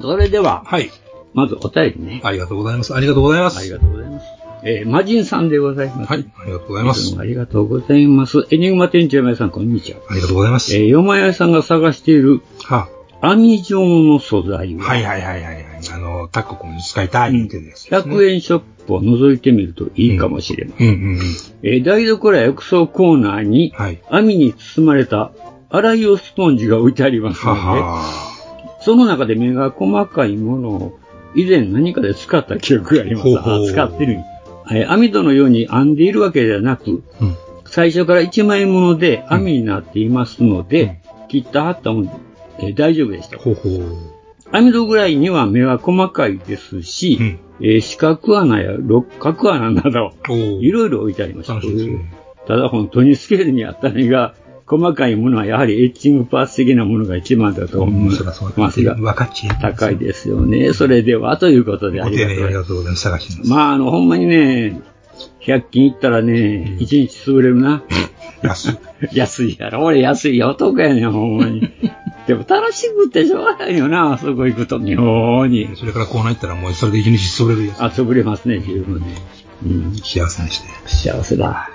S2: それでは、
S1: はい。
S2: まずお便りね。
S1: ありがとうございます。ありがとうございます。
S2: あり
S1: はい。
S2: がとうございます。えー、魔人さんでございます。
S1: ありがとうございます
S2: どう。もありがとうございます。エニグマ店長皆さん、こんにちは。
S1: ありがとうございま
S2: え
S1: す。
S2: ー、よまやさんが探している
S1: は
S2: 網状の素材
S1: あ、
S2: は、
S1: はいはいはいはいはい。あの、タック君に使いたい言うてるやつですね。
S2: 100円ショップを覗いてみるといいかもしれません。
S1: うんうんうん。
S2: えー台所や浴槽コーナーに、
S1: はい。
S2: 網に包まれた洗い用スポンジが置いてあります
S1: は
S2: ので、
S1: は
S2: その中で目が細かいものを以前何かで使った記憶があります。
S1: ほうほう
S2: あ使ってる。えー網戸のように編んでいるわけではなく、
S1: うん
S2: 最初から一枚もので網になっていますので、切った貼ったもので、えー大丈夫でした。
S1: ほうほう。
S2: 網戸ぐらいには目は細かいですし、
S1: うん
S2: えー四角穴や六角穴など、
S1: おー
S2: いろいろ置いてありました。
S1: 楽しいですね。
S2: ただ本当にスケールにあったりが、細かいものはやはりエッチングパーツ的なものが一番だと思い
S1: そらそうだ。
S2: ますが、
S1: 分かっちゃい
S2: 高いですよね。それでは、ということであ
S1: ご
S2: り
S1: 丁
S2: が
S1: 寧
S2: と
S1: にあり
S2: うございま。
S1: がとうございます。探してますす。
S2: まあ、あの、ほんまにね、100均行ったらね、1日潰れるな。
S1: 安い。
S2: 安いやろ。俺安いよ、男やねん、ほん まに。でも楽しくってしょうがないよな、あそこ行くと。妙に。
S1: それからコーナー行ったらもうそれで一日潰れるや
S2: あ、潰れますね、十分ね。うん。
S1: つ。幸せにして。
S2: 幸せだ。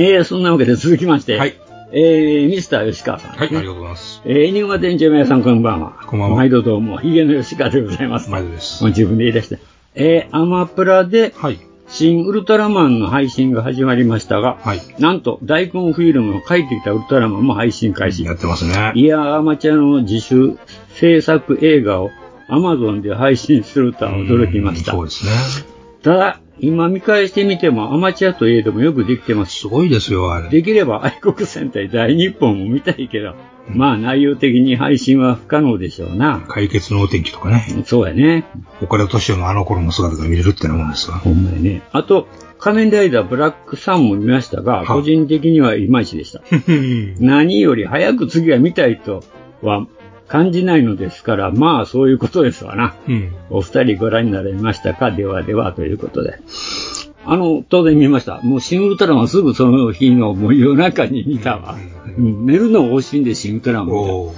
S2: えー、そんなわけで続きまして、
S1: はい
S2: えー、ミスター吉川さん、
S1: はい、ありがとうございます。
S2: えー、エニグマ店長皆さんこんばんは。
S1: こんばんは
S2: 毎度どうも、ヒゲの吉川でございます。
S1: 前田です
S2: もう。自分で言い出した。えー、アマプラで、
S1: はい。
S2: 新ウルトラマンの配信が始まりましたが、
S1: はい
S2: なんと、大根フィルムを描いてきたウルトラマンも配信開始。
S1: やってますね。
S2: いやアマチュアの自主制作映画を Amazon で配信するとは驚きました。
S1: うんそうですね。
S2: ただ、今見返してみてもアマチュアといえどもよくできてます
S1: すごいですよ、あれ。
S2: できれば愛国戦隊大日本も見たいけど、まあ内容的に配信は不可能でしょうな。
S1: 解決のお天気とかね。
S2: そうやね。
S1: 岡田敏夫のあの頃の姿が見れるってなもんですが。
S2: ほんまやね。あと、仮面ライダーブラックさんも見ましたが、
S1: い
S2: 個人的にはいまいちでした。何より早く次は見たいとは感じないのですから、まあそういうことですわな。
S1: うん。
S2: お二人ご覧になれましたかではではということで。あの、当然見ました。もうシンウルトラマンすぐその日のもう夜中に見たわ。うん寝るのを惜しんでシンウルトラマン見た。
S1: おー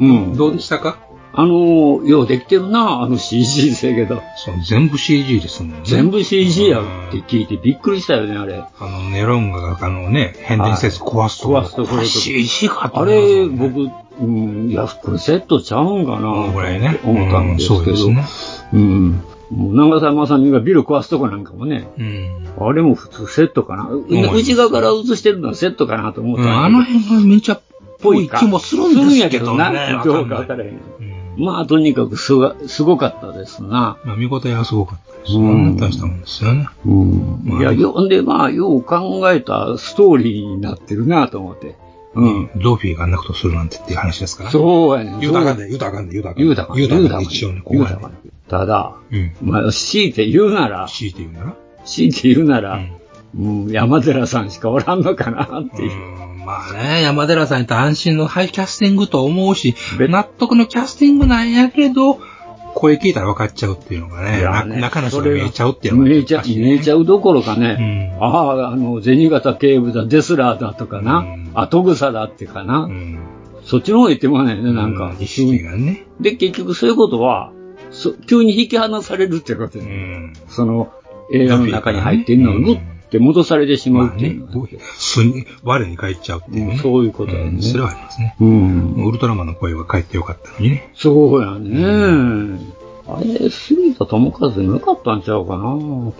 S2: うん。
S1: どうでしたか
S2: あのー、ようできてるな、あの CG せやけど。
S1: そう全部 CG ですもんね。
S2: 全部 CG やって聞いてびっくりしたよね、あれ。
S1: あの、ネロンガが、あのね、変電施設壊すとこ。
S2: 壊すところと
S1: CG かと
S2: あ
S1: 思いま
S2: れ、
S1: したね
S2: 僕、うん、いや、これセットちゃうんか
S1: このぐらい
S2: な
S1: ね
S2: って。思ったんですけ
S1: う
S2: ど、
S1: んそうですね。
S2: うん。もう長澤まさみがビル壊すとこなんかもね、
S1: うん。
S2: あれも普通セットかな。
S1: ん
S2: 内側から映してるのはセットかなと思っ
S1: う
S2: たんだけど
S1: んあの辺がめちゃっぽい
S2: か
S1: 気もするんですけどね。
S2: するんやけどな、どうかわからへん。
S1: うん
S2: まあ、とにかくすが、すごかったですな。
S1: まあ見応えはすごかったです
S2: うん
S1: ね。大したもんですよね。
S2: うんいや、よ、んで、まあ、よう考えたストーリーになってるなと思って。うん。
S1: ゾフィーがあんなことするなんてっていう話ですから。う。
S2: そうやねん。
S1: 言うたらあかんで、言うたらあかんで、言うたらあかんで。
S2: 言
S1: 言うたらあ
S2: うたか
S1: かんで
S2: 言う
S1: 一応ね、ここ
S2: 言う
S1: ま
S2: た
S1: で
S2: か。ただ、
S1: うん。
S2: まあ、強いて言うなら、
S1: 強いて言うなら
S2: 強いて言うなら、
S1: うん
S2: うん、山寺さんしかおらんのかなっていう。
S1: うんまあね、山寺さんやったら安心のハイキャスティングと思うし、
S2: べ
S1: 納得のキャスティングなんやけど、声聞いたら分かっちゃうっていうのがね、
S2: いや
S1: な
S2: ね
S1: 中の人
S2: そ
S1: が
S2: れが
S1: 見えちゃうっていうのが
S2: 見えちゃう、見えちゃうどころかね、
S1: うん
S2: ああ、あの、銭形警部だ、デスラーだとかな、
S1: うん
S2: 後草だってかな、
S1: うん。
S2: そっちの方行ってもらえないね、なんか。
S1: 意識がね。
S2: で、結局そういうことは、そ急に引き離されるってこと
S1: う
S2: やね、
S1: ん。
S2: その、映画の中に入ってるのを
S1: うん
S2: ぐって戻されてしまう
S1: まあ
S2: ってい
S1: ね
S2: うのは、
S1: どうすに、我に返っちゃうっていう
S2: うん
S1: ね。
S2: そういうことだよね
S1: んそれはありますね。
S2: うん。
S1: ウルトラマンの声が返ってよかったのにね。
S2: そうやね。あれ、杉田智和でもよかったんちゃうかなと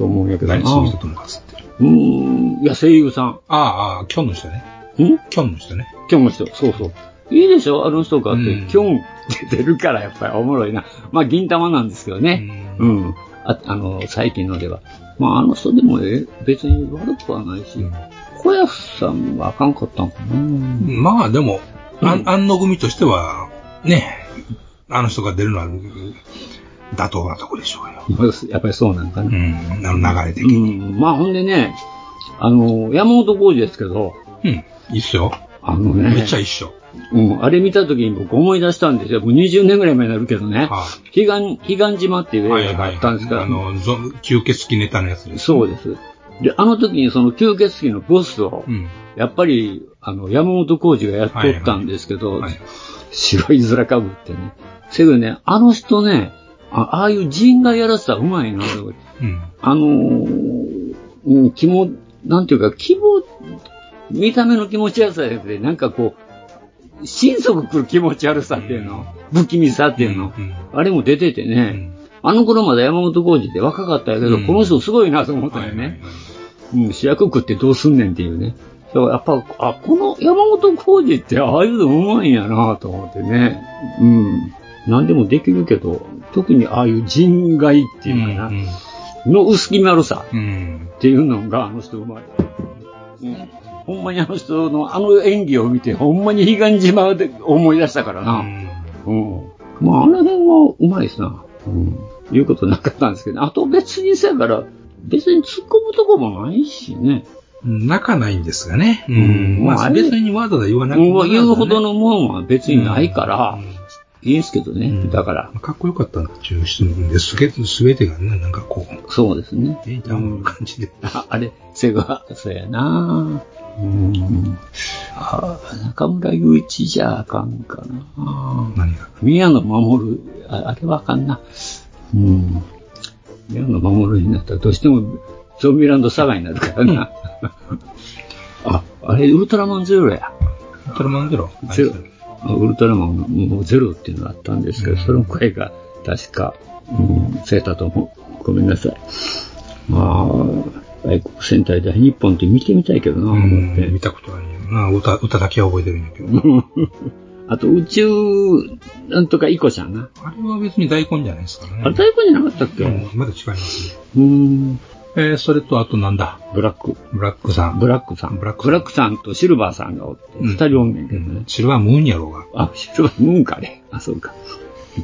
S2: 思うんやけどな。
S1: 何そういう人ともかつって。
S2: うん。いや、声優さん。
S1: ああ、ああ、キョンの人ね。
S2: ん
S1: キョンの人ね。
S2: キョンの人、そうそう。いいでしょあの人がって、
S1: うん
S2: キョンって出るからやっぱりおもろいな。まあ、銀玉なんですけどね。う。
S1: うん
S2: ああの、最近のでは。まあ、あの人でもええ別に悪くはないし、
S1: うん
S2: 小安さんはあかんかったんかな。
S1: まあでも、あ
S2: うん
S1: 安野組としては、ね、あの人が出るのは妥当なとこでしょうよ。
S2: まあやっぱりそうなんか
S1: う
S2: な。
S1: ん、あの流れ的
S2: う
S1: に。
S2: ん。まあ、ほんでね、あの、山本浩二ですけど、
S1: うん、いいっすよ。
S2: あのね、
S1: めっちゃ一緒。
S2: うん、あれ見た時に僕思い出したんですよ。もう20年ぐらい前になるけどね。
S1: は
S2: 悲願、悲願島っていう映画があったんですから、
S1: あの、ゾ吸血鬼ネタのやつです。
S2: そうです。で、あの時にその吸血鬼のボスを、
S1: うん。
S2: やっぱり、あの、山本浩二がやっとったんですけど、
S1: はいはい
S2: 白い面かぶってね。せやけどね、あの人ね、あああいう人がやらせたらうまいな、とか
S1: うん。
S2: あのー、うん、気も、なんていうか、気も、見た目の気持ち悪さじゃなくて、なんかこう、心底くる気持ち悪さっていうの、不気味さっていうの、
S1: うん
S2: あれも出てて
S1: う
S2: ね、
S1: ん
S2: あの頃まだ山本浩二って若かったけ
S1: う
S2: ど、
S1: ん
S2: この人すごいなと思った
S1: は
S2: よ
S1: い
S2: ね。
S1: はいはい
S2: うん、主役食ってどうすんねんっていうね。だからやっぱ、あ、この山本浩二ってああいうのうまいんやなと思ってね。うん。何でもできるけど、特にああいう人外っていうかな、
S1: うん
S2: の薄気丸さ
S1: うん。
S2: っていうのがあの人うまい。うん。ほんまにあの人のあの演技を見て、ほんまに悲願島で思い出したから
S1: う
S2: な。
S1: ん
S2: うん。まあ、あの辺はうまいですな。うん。いうことなかったんですけど、あと別にせやから、別に突っ込むとこもないしね。
S1: 仲ないんですがね。うんん。ま
S2: まああ
S1: あ
S2: れ
S1: 別にわざわざ言わなくても
S2: もう言うほどのもんは別にないから、いいんですけどね。
S1: うん
S2: だから、
S1: かっこよかったっていう人なんですげ、すべてがね、なんかこう、
S2: そうですね。
S1: ええじゃん、感じで。
S2: ああれ、セガ、そうやなうん。あ中村雄一じゃあかんかな
S1: 何が。
S2: 宮野守る、ああれはあかんな。うん。宮野守るになったらどうしてもゾンビランドサガになるからな。 あ、あれ、ウルトラマンゼロや。
S1: ウルトラマンゼロ。
S2: ゼロ。ウルトラマンもゼロっていうのがあったんですけど、その声が確か、うん、せたと思う。ごめんなさい。まあ、外国戦隊大日本って見てみたいけどな、
S1: う
S2: 思
S1: ん
S2: って。
S1: 見たことはないよな。歌、歌だけは覚えてるんだけど。
S2: あと、宇宙、なんとかイコちゃんな。
S1: あれは別に大根じゃないですからね。
S2: あれ大根じゃなかったっけ
S1: うん
S2: う
S1: まだ違いますね。
S2: ーん、
S1: えー、それとあとなんだ
S2: ブラック。
S1: ブラックさん。
S2: ブラックさん。
S1: ブラックさん
S2: ブラックさんとシルバーさんがおって、
S1: うん
S2: 二人おんねんけ
S1: う
S2: どね
S1: ん。シルバームーンやろうが。
S2: あ、シルバー、ムーンかね。あ、そうか。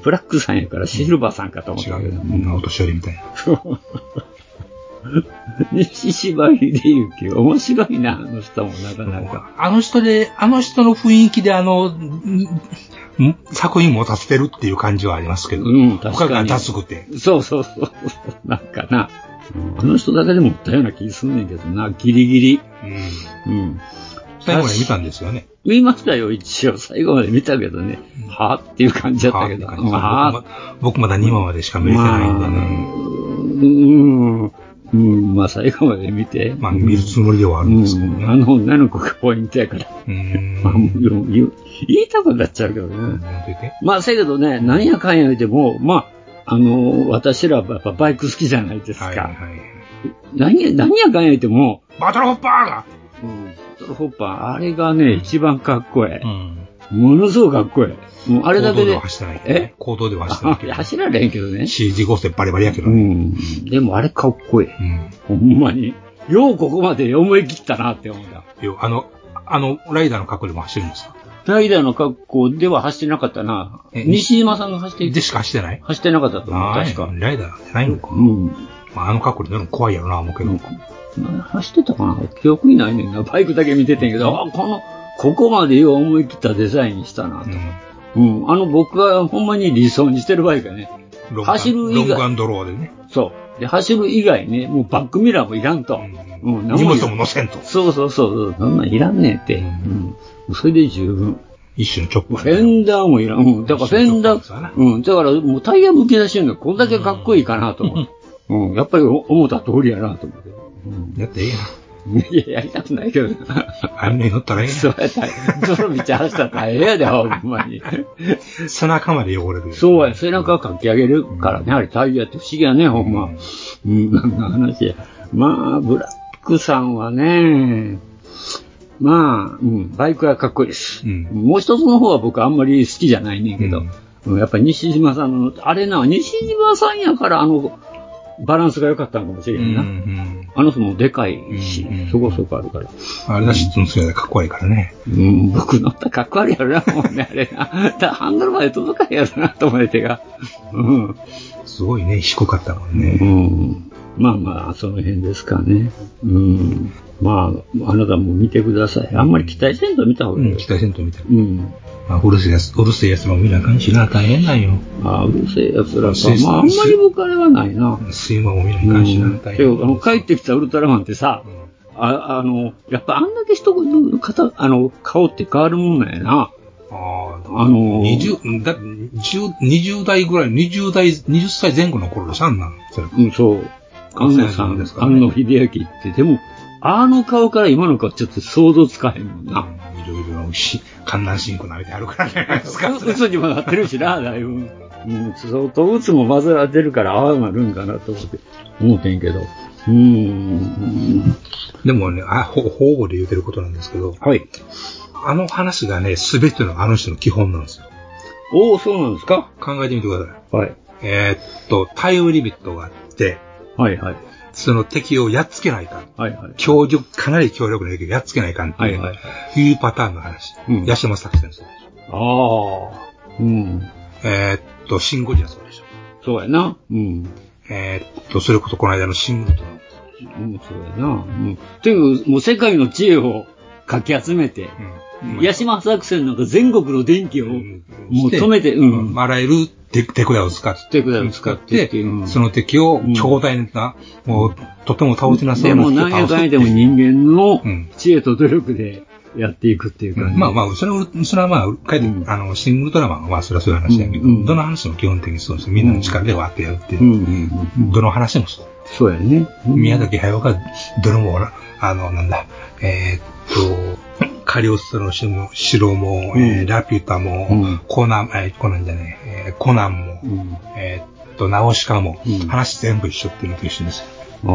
S2: ブラックさんやからシルバーさんかと思っ
S1: 違
S2: たけ
S1: う
S2: ど。
S1: よ。うん、お年寄りみたいな。
S2: 西芝秀幸、面白いな、あの人もなかなか。
S1: あの人で、あの人の雰囲気であの、んん作品も立ててるっていう感じはありますけど。
S2: うん確か
S1: 他
S2: に
S1: がダすくて。
S2: そうそうそう、なんかな。うんあの人だけでも売ったような気すんねんけどな、ギリギリ。
S1: うん。
S2: うん。
S1: 最後まで見たんですよね。
S2: 見ましたよ、一応。最後まで見たけどね。はぁっていう感じだったけど。
S1: は
S2: は
S1: あ僕
S2: ぁ
S1: ま僕まだ2話までしか見れてないんでね。
S2: うん。うん、まあ最後まで見て。
S1: まあ、見るつもりではあるんですけど
S2: うん、あ
S1: ね。
S2: の女の子がポイントやから。
S1: うー。
S2: まあ、もうん言う言いたくなっちゃうけど
S1: なん
S2: ね。
S1: と言って
S2: まあ、せやけどね、なんやかんや言うても、まあ、あの、私らはやっぱバイク好きじゃないですか。
S1: はいはい。
S2: 何や、何やかんや言うても、
S1: バトルホッパーが
S2: うん、トルホッパー、あれがね、一番かっこ
S1: ん。
S2: ええ。ものすごくかっこええ。もうあ
S1: あ
S2: れだけ
S1: 行動で
S2: で
S1: は、走ってないけどね
S2: え。
S1: 行動では走ってない
S2: あ
S1: けど。
S2: 走られへんけどね。
S1: CG 合成バリバリやけど
S2: う
S1: ね。
S2: ん。でもあれかっこええ。
S1: うん。
S2: ほんまに。ようここまで思い切ったなって思った。
S1: よあの、あの、ライダーの格好でも走るんですか
S2: ライダーの格好では走ってなかったな。
S1: え
S2: 西島さんが走ってい
S1: でしか走ってない
S2: 走ってなかったと思う、確
S1: あ
S2: か
S1: ー。ライダーじゃないのか。
S2: うん。
S1: まあ、あの格好で乗るの怖いやろな、思うけど。
S2: うん走ってたかな記憶にないねんな。バイクだけ見ててんけど、あ、この、ここまでよう思い切ったデザインしたな
S1: う
S2: と。
S1: ん
S2: うん。あの僕がほんまに理想にしてるバイクやね。
S1: ロング
S2: 走る以
S1: ロン
S2: 外
S1: グアンドローでね。
S2: そう。で、走る以外ね、もうバックミラーもいらんと。
S1: う
S2: うんん。
S1: 荷
S2: い
S1: 物
S2: らん
S1: も乗せんと。
S2: そうそうそう。そんなんいらんねんって。
S1: う
S2: うんん。それで十分。
S1: 一種のチョッ
S2: フ
S1: プ。
S2: ェンダーもいらん。うん。だからフェンダー、うん。だからもうタイヤむき出してるのこんだけかっこいいかなと思って。うん。やっぱり思った通りやなと思って。うん。
S1: やってええやん。
S2: いや、やりたくないけどな。
S1: あんなに乗ったらええ
S2: そうやった。泥道走ったら大変やで、ほんまに。
S1: やん。背中まで汚れる。
S2: そうや、背中をかき上げるからね、あれタイヤって不思議やね、ほんま。うん、なんな話や。まあ、ブラックさんはね、まあ、うん、バイクはかっこいいです。
S1: うん
S2: もう一つの方は僕あんまり好きじゃないねんけど、うんやっぱり西島さんの、あれな、西島さんやからあの、バランスが良かったんかもしれ
S1: うんん。う
S2: な。
S1: ん。
S2: あの人もでかいし、
S1: うんうん
S2: そこそこあるから。
S1: あれだし、その姿かっこいいからね。
S2: うん、僕乗ったらかっこ悪いやろな、もうね、あれな。 だからハンドルまで届かへんやろな、と思って手が。うん。
S1: すごいね、低かったもんね
S2: う。ん。まあまあ、その辺ですかね。うん。まあ、あなたも見てください。あんまり期待せんと見た方
S1: う
S2: がいい
S1: ん、
S2: よ。
S1: 期待せんと見たら。
S2: うん。
S1: まあ、うるせえやつ、うるせえやつも見なあかんしな、大変なんよ。
S2: ああ、うるせえやつら
S1: せ
S2: か。まあ、あんまり僕あれはないな。
S1: 睡魔も見なあ
S2: う
S1: かんしな、
S2: ん。
S1: 大
S2: けど、あの、
S1: 変。
S2: 帰ってきたウルトラマンってさ、ああの、やっぱあんだけ人の方、あの、顔って変わるもんなんやな。
S1: ああ、
S2: あの、
S1: 20だ10 20代ぐらい、20代、20歳前後の頃でしょ、あんなん。それ
S2: うん、そう。
S1: 関
S2: 安
S1: 西
S2: 野さ
S1: 人
S2: ん、
S1: ですからね
S2: 安野秀明って、でも、あの顔から今の顔ちょっと想像つかへんもんな。
S1: いろいろし、観覧進行なめてあるからじゃないですか。
S2: うつにもなってるし な、だいぶ。うん、相当うつも混ざってるから、ああなるんかなと思って、思ってんけど。うーん。
S1: でもね、あ、ほ、方々で言うてることなんですけど、
S2: はい。
S1: あの話がね、すべてのあの人の基本なんですよ。
S2: おお、そうなんですか
S1: 考えてみてください。
S2: はい。
S1: えーっと、タイムリミットがあって、
S2: はいはい。
S1: その敵をやっつけないかん。
S2: はいはい。
S1: 強力、かなり強力な敵をやっつけないかんって、
S2: はいいうはい。
S1: い、うパターンの話。
S2: うん
S1: ヤシマ作戦そうでしょ。
S2: ああ。うん。
S1: えーっと、シンゴジラそうでしょ。
S2: そうやな。うん。
S1: えーっと、それこそこの間のシングルトラマン
S2: うん、そうやな。うん。というか、もう世界の知恵をかき集めて、
S1: うん
S2: 八島作戦なんか全国の電気を、
S1: ん
S2: もう止めて、
S1: う
S2: うん。
S1: ん、あらゆる手手札を使って、
S2: 手札を使って
S1: 使
S2: うん
S1: その敵を強大な、もう、とても倒せなそう
S2: で
S1: な
S2: も
S1: 敵を
S2: 何や
S1: 倒す
S2: かんやでも人間の
S1: うん
S2: 知恵と努力でやっていくっていう
S1: う
S2: 感
S1: ん
S2: じ。
S1: まあまあ、それは、それはまあ、書いて、
S2: うん
S1: あの、シングルドラマは、まあ、それはそういう話だけど、
S2: うんうん
S1: どの話も基本的にそうです。みんなの力でわーってやるっていうう。
S2: んうんうん。
S1: どの話もそう。
S2: そうやね。うん
S1: 宮崎駿が、泥も、あの、なんだ、えーっと、カリオストロの城も、城も、えー
S2: うん
S1: ラピュタも、
S2: うん
S1: コナン、えーコナンじゃない、えーコナンも、
S2: うん
S1: えーっと、ナオシカも、
S2: うん
S1: 話全部一緒っていうのと一緒ですよ。
S2: あ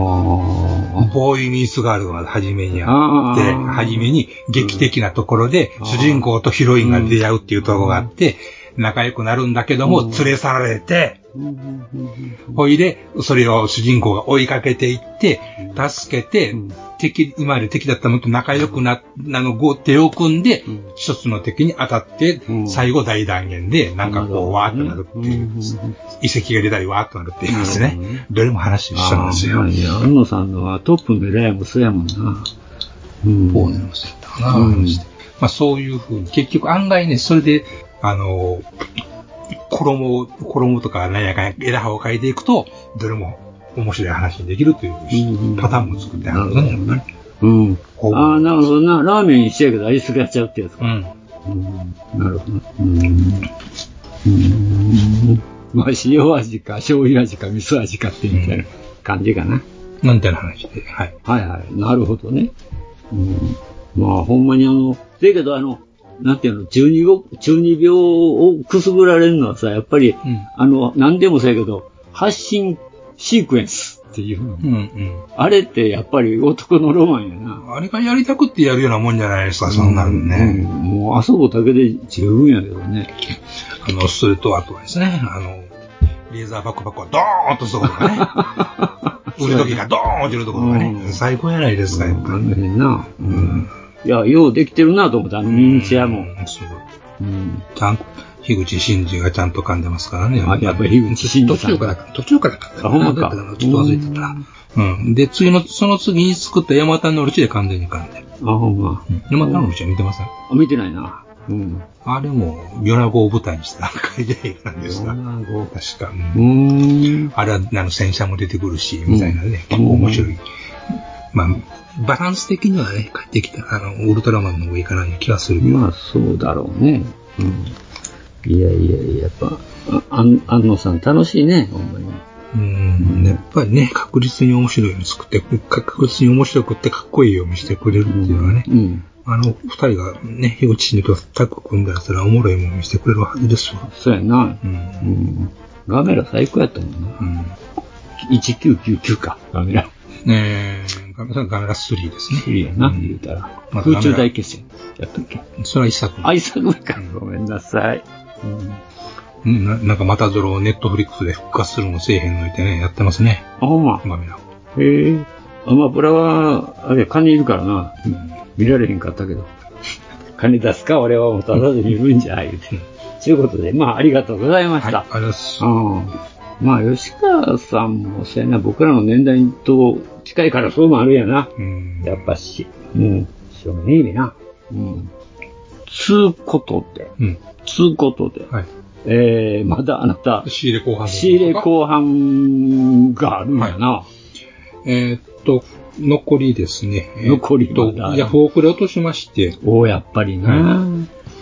S1: ボーイ・ミース・ガールが初めにあって、
S2: あー
S1: 初めに劇的なところで
S2: うん
S1: 主人公とヒロインが出会うっていうところがあって、仲良くなるんだけども、連れ去られて、ほいで、それを主人公が追いかけていって、助けて、敵、今まで敵だったものと仲良くな、あの、ご手を組んで
S2: ん、
S1: 一つの敵に当たって
S2: う、ん
S1: 最後大断言で、なんか
S2: なる
S1: こ
S2: ほ
S1: う、
S2: ど
S1: わーっとなるっていう
S2: うんうんうん、
S1: 遺跡が出たりわーっとなるって言います
S2: なるほど
S1: ね
S2: ね。
S1: どれも話一緒なんですよ
S2: あ。いや、安野さんのはトップの偉いもそうやもんな。うん。
S1: こうなりましたかな、
S2: うん
S1: まあそういうふうに、結局案外ね、それで、あの、衣を、衣とか何やかんや枝葉を変えていくと、どれも面白い話にできるという
S2: うん
S1: パターンも作ってあるんですね、やっぱり。
S2: うん。
S1: ほぼ
S2: ああ、なるほどな。ラーメンにしてるけど味付けがちゃうってやつか。
S1: うん。
S2: うん。なるほど。うん。うん。まあ、塩味か、醤油味か、味噌味かってみたいな感じかな。
S1: なんてな話で。はい。
S2: はいはい。なるほどね。うん。まあ、ほんまにあの、だけどあの、なんていうの、中二病、中二病をくすぐられるのはさ、やっぱり、
S1: ん
S2: あの、なんでもそうやけど、発信シークエンスっていうの。
S1: うん
S2: あれってやっぱり男のロマンやな。
S1: うん。あれがやりたくってやるようなもんじゃないですか、そんなのね。
S2: うんもう遊ぶだけで十分やけどね。
S1: あの、それと、あとはですね、あの、レーザーバックバックをドーンとするところ がね、腕時がドーン落ちるところが
S2: う
S1: ね、
S2: ん
S1: 最高やないですか、やっ
S2: あ
S1: ぱ
S2: の
S1: り。
S2: 辺な。うん。いや、ようできてるなと思った。あのミニチュアも。
S1: うん。すごい。
S2: うん。
S1: ちゃん、樋口真嗣がちゃんと噛んでますからね。
S2: あやっぱり樋口真嗣さん
S1: 途中から、途中から噛んで
S2: あほんまか
S1: ちょっと忘れてた。うん。で、次の、その次に作った山田のうちで完全に噛んでる。
S2: あ、ほんま。
S1: 山田のうちは見てません。
S2: あ見てないな。うん。
S1: あれも、ヨナ号を舞台にした海外映画なんですが、
S2: う
S1: 確か。
S2: ーん。
S1: あれは、あの、戦車も出てくるし、みたいなね、
S2: うん
S1: 結構面白い。まあ、バランス的にはね、帰ってきたら、あの、ウルトラマンの上からに気はするけど、
S2: まあ、そうだろうね。うん。いやいやいや、やっぱ、ああん安野さん楽しいね、ほんまに。
S1: うん、やっぱりね、確実に面白いの作って、確実に面白くってかっこいいようにしてくれるっていうのはね、
S2: うん。
S1: あの、二人がね、樋口真嗣とタッグ組んだらそれはおもろいもん見せてくれるはずですわ。
S2: そうやな。
S1: う。
S2: うんん。ガメラ最高やったもんな。
S1: うん。
S2: 1999か。ガメラ。
S1: えー、ガメラ、ガメラ3ですね。
S2: いいやな、言うたら。
S1: まあ
S2: 空中大決戦やったっけ。
S1: それは一作。
S2: あ、一作目か。ごめんなさい。
S1: うん、ななんかまたぞろネットフリックスで復活するもせえへんのいてね、やってますね。
S2: あ、ほんま。
S1: ガメラ。
S2: へえ。アマプラは、あれ、金いるからな。
S1: うん。
S2: 見られへんかったけど。金出すか、俺はもうただで見るんじゃ、 言うて。ということで、まあ、ありがとうございま
S1: は
S2: し
S1: い、
S2: た。
S1: ありがとうございます。
S2: うん。まあ、吉川さんも、そうやな、僕らの年代と近いからそうもあるやな。
S1: うん。
S2: やっぱし、うん、しょうがねえねな。うん。つうことで、
S1: うん。
S2: つうことで、
S1: はい。
S2: えー、まだあなた、
S1: 仕入れ後半の
S2: 仕入れ後半があるんやな。
S1: えーっと、残りですね。えーっと
S2: 残りまだ
S1: ヤフオクで落としまして、
S2: おーやっぱりな。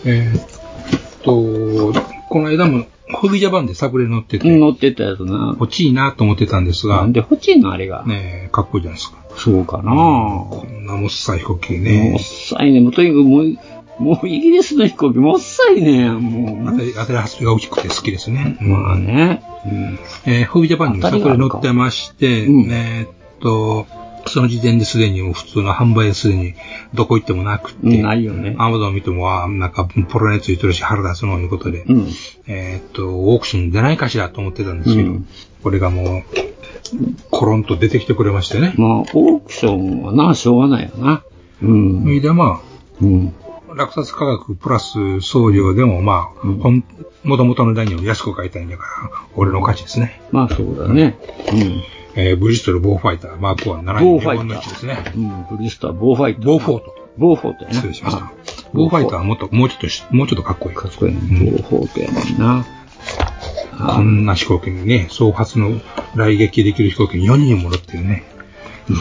S1: えーっと、この間も、ホビージャパンでサブレ乗ってて、
S2: 乗ってたやつな。
S1: 欲しいなと思ってたんです
S2: な
S1: が
S2: ん、で欲しいのあれが。
S1: ねえ、かっこいいじゃないですか。
S2: そうかな。
S1: こんなもっさい飛行機
S2: も
S1: ね
S2: っ。さいね。もうとにかくもう、もうイギリスの飛行機もっさいね。も
S1: 当たり、当たり発表が大きくて好きですね。
S2: う。まあね。
S1: えー、ホビージャパンにもサブレ乗ってまして、
S2: うん
S1: えーっと、その時点ですでにもう普通の販売ですでにどこ行ってもなくて、
S2: うん。ないよね。
S1: アマゾン見ても、あーなんかポロネついてるし腹出すのいうことで、
S2: うん。
S1: えーっと、オークション出ないかしらと思ってたんですけど、
S2: うん
S1: これがもう、コロンと出てきてくれましてね。
S2: まあ、オークションはな、しょうがないよな。うん。
S1: それでま
S2: うん。
S1: あ、落札価格プラス送料でもまあ、
S2: うん
S1: ほん、元々の代にも安く買いたいんだから、俺の価値ですね。
S2: まあ、そうだね。
S1: えー、ブリストルボーファイター、マーク1、7
S2: ボ
S1: 2
S2: ーファイタ
S1: 分
S2: ー
S1: の1ですね。
S2: うん。うん。ブリスター、ボーファイト。
S1: ボーフォート。
S2: ボーフォートやな。
S1: 失礼しました
S2: あ。
S1: ボーファイターはもっと、もうちょっとし、もうちょっとかっこいい。
S2: かっこいいね。ボーフォートやもんな。あ
S1: こんな飛行機にね、総発の来撃できる飛行機に4人も乗ってるね。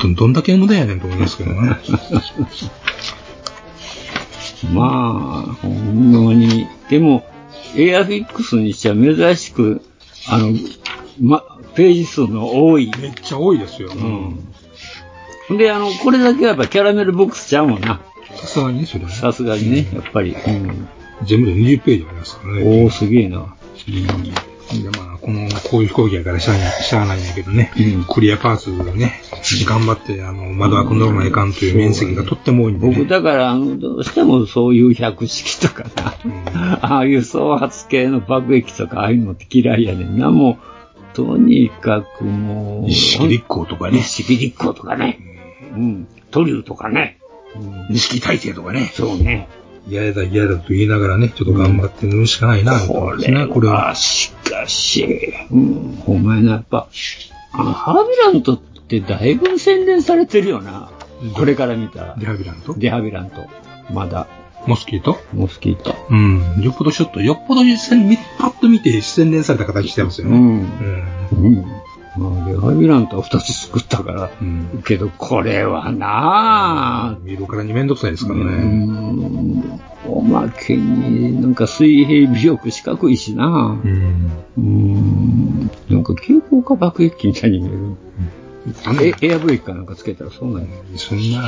S1: どどんだけ無駄やねんと思いますけど ね。
S2: まあ、ほんまに。でも、エアフィックスにしては珍しく、あの、ま、ページ数の多い。
S1: めっちゃ多いですよ。
S2: うん。で、あの、これだけはやっぱキャラメルボックスちゃうもんな。
S1: さすがにね、それはね。
S2: さすがにね、やっぱり。うん。
S1: 全部で20ページありますからね。
S2: おおすげえな。
S1: で、まあ、この、こういう飛行機やからしゃあない、しゃあないんやけどね。
S2: うん
S1: クリアパーツをね、頑張って、あの、窓枠乗らないかんという面積がとっても多いんで、ね。
S2: 僕、だから、あの、どうしてもそういう百式とかな、ああいう創発系の爆撃とか、ああいうのって嫌いやねんな、もう、とにかくもう、
S1: 一式立候とかね
S2: 一、式立候とかね、うん、トリューとかね、
S1: 二式体制とかね、
S2: そうね、
S1: 嫌だ嫌だと言いながらね、ちょっと頑張って塗るしかないな、と思
S2: こ
S1: うんですね
S2: れ
S1: これ
S2: は、
S1: は。
S2: しかし、うん、ほんまやな、やっぱ、あの、ハービラントってだいぶ洗練されてるよな、これから見たら
S1: デ、ハビランと
S2: デハビラント、まだ、
S1: モスキーと
S2: モスキート。
S1: うん。よっぽどショット、よっぽど実際に見パッと見て洗練された形してますよ
S2: う
S1: ね。
S2: ん
S1: うん。
S2: うん。まあ、デハハイビラントは2つ作ったから、
S1: うん。
S2: けどこれはなあ
S1: 見るからにめんどくさいですから
S2: う
S1: ね。
S2: んおまけになんか水平微力四角いしな
S1: うん。
S2: うんなんか急降下爆撃機みたいに見える、えエアブレーキかなんかつけたらそうなんや
S1: そんな、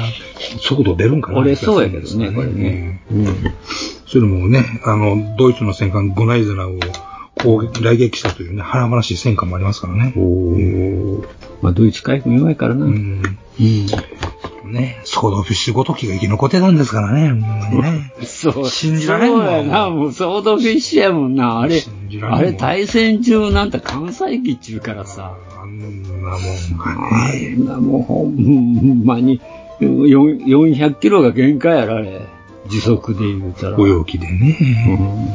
S1: 速度出るんかな
S2: 折れそうやけどねこれね。
S1: うんそれもね、あの、ドイツの戦艦グナイゼラを攻撃、来撃したというね、腹ばらしい戦艦もありますからね。
S2: おまあドイツ海軍弱いからな、
S1: うん。
S2: うん
S1: ね、ソードフィッシュごときが生き残ってたんですからね、ほんまにね。
S2: そう。
S1: 信じられんもん
S2: そうやな、もうソードフィッシュやもんな。あれ
S1: 信じ、ら
S2: あ
S1: れんもん
S2: れ対戦中なんて関西機っちゅうからさ。
S1: あんなもんが
S2: あ
S1: ね。
S2: んなもうほんまに、よん400キロが限界やろ、あれ。時速で言うたら。
S1: お容器で
S2: う
S1: ね、
S2: ん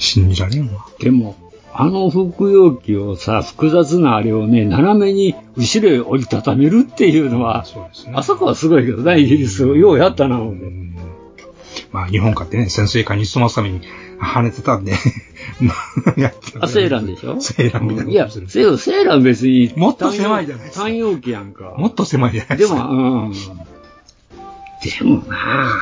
S1: 信じられんわ。
S2: でも、あの服用機をさ、複雑なあれをね、斜めに後ろへ折りたためるっていうのは、
S1: そうですね。
S2: あそこはすごいけどな、イギリス。ようやったな、ほんで
S1: うんまあ、日本かってね、潜水艦に潜ますために跳ねてたんで、 やってた
S2: あ、セーランでしょ
S1: セーランみたい
S2: うんい
S1: な
S2: や、
S1: ことす
S2: セ
S1: る
S2: ーラン、セーラン別に。
S1: もっと狭いじゃないですか
S2: 単容機やんか。
S1: もっと狭いじゃないで
S2: です
S1: か。
S2: も、うん。でもな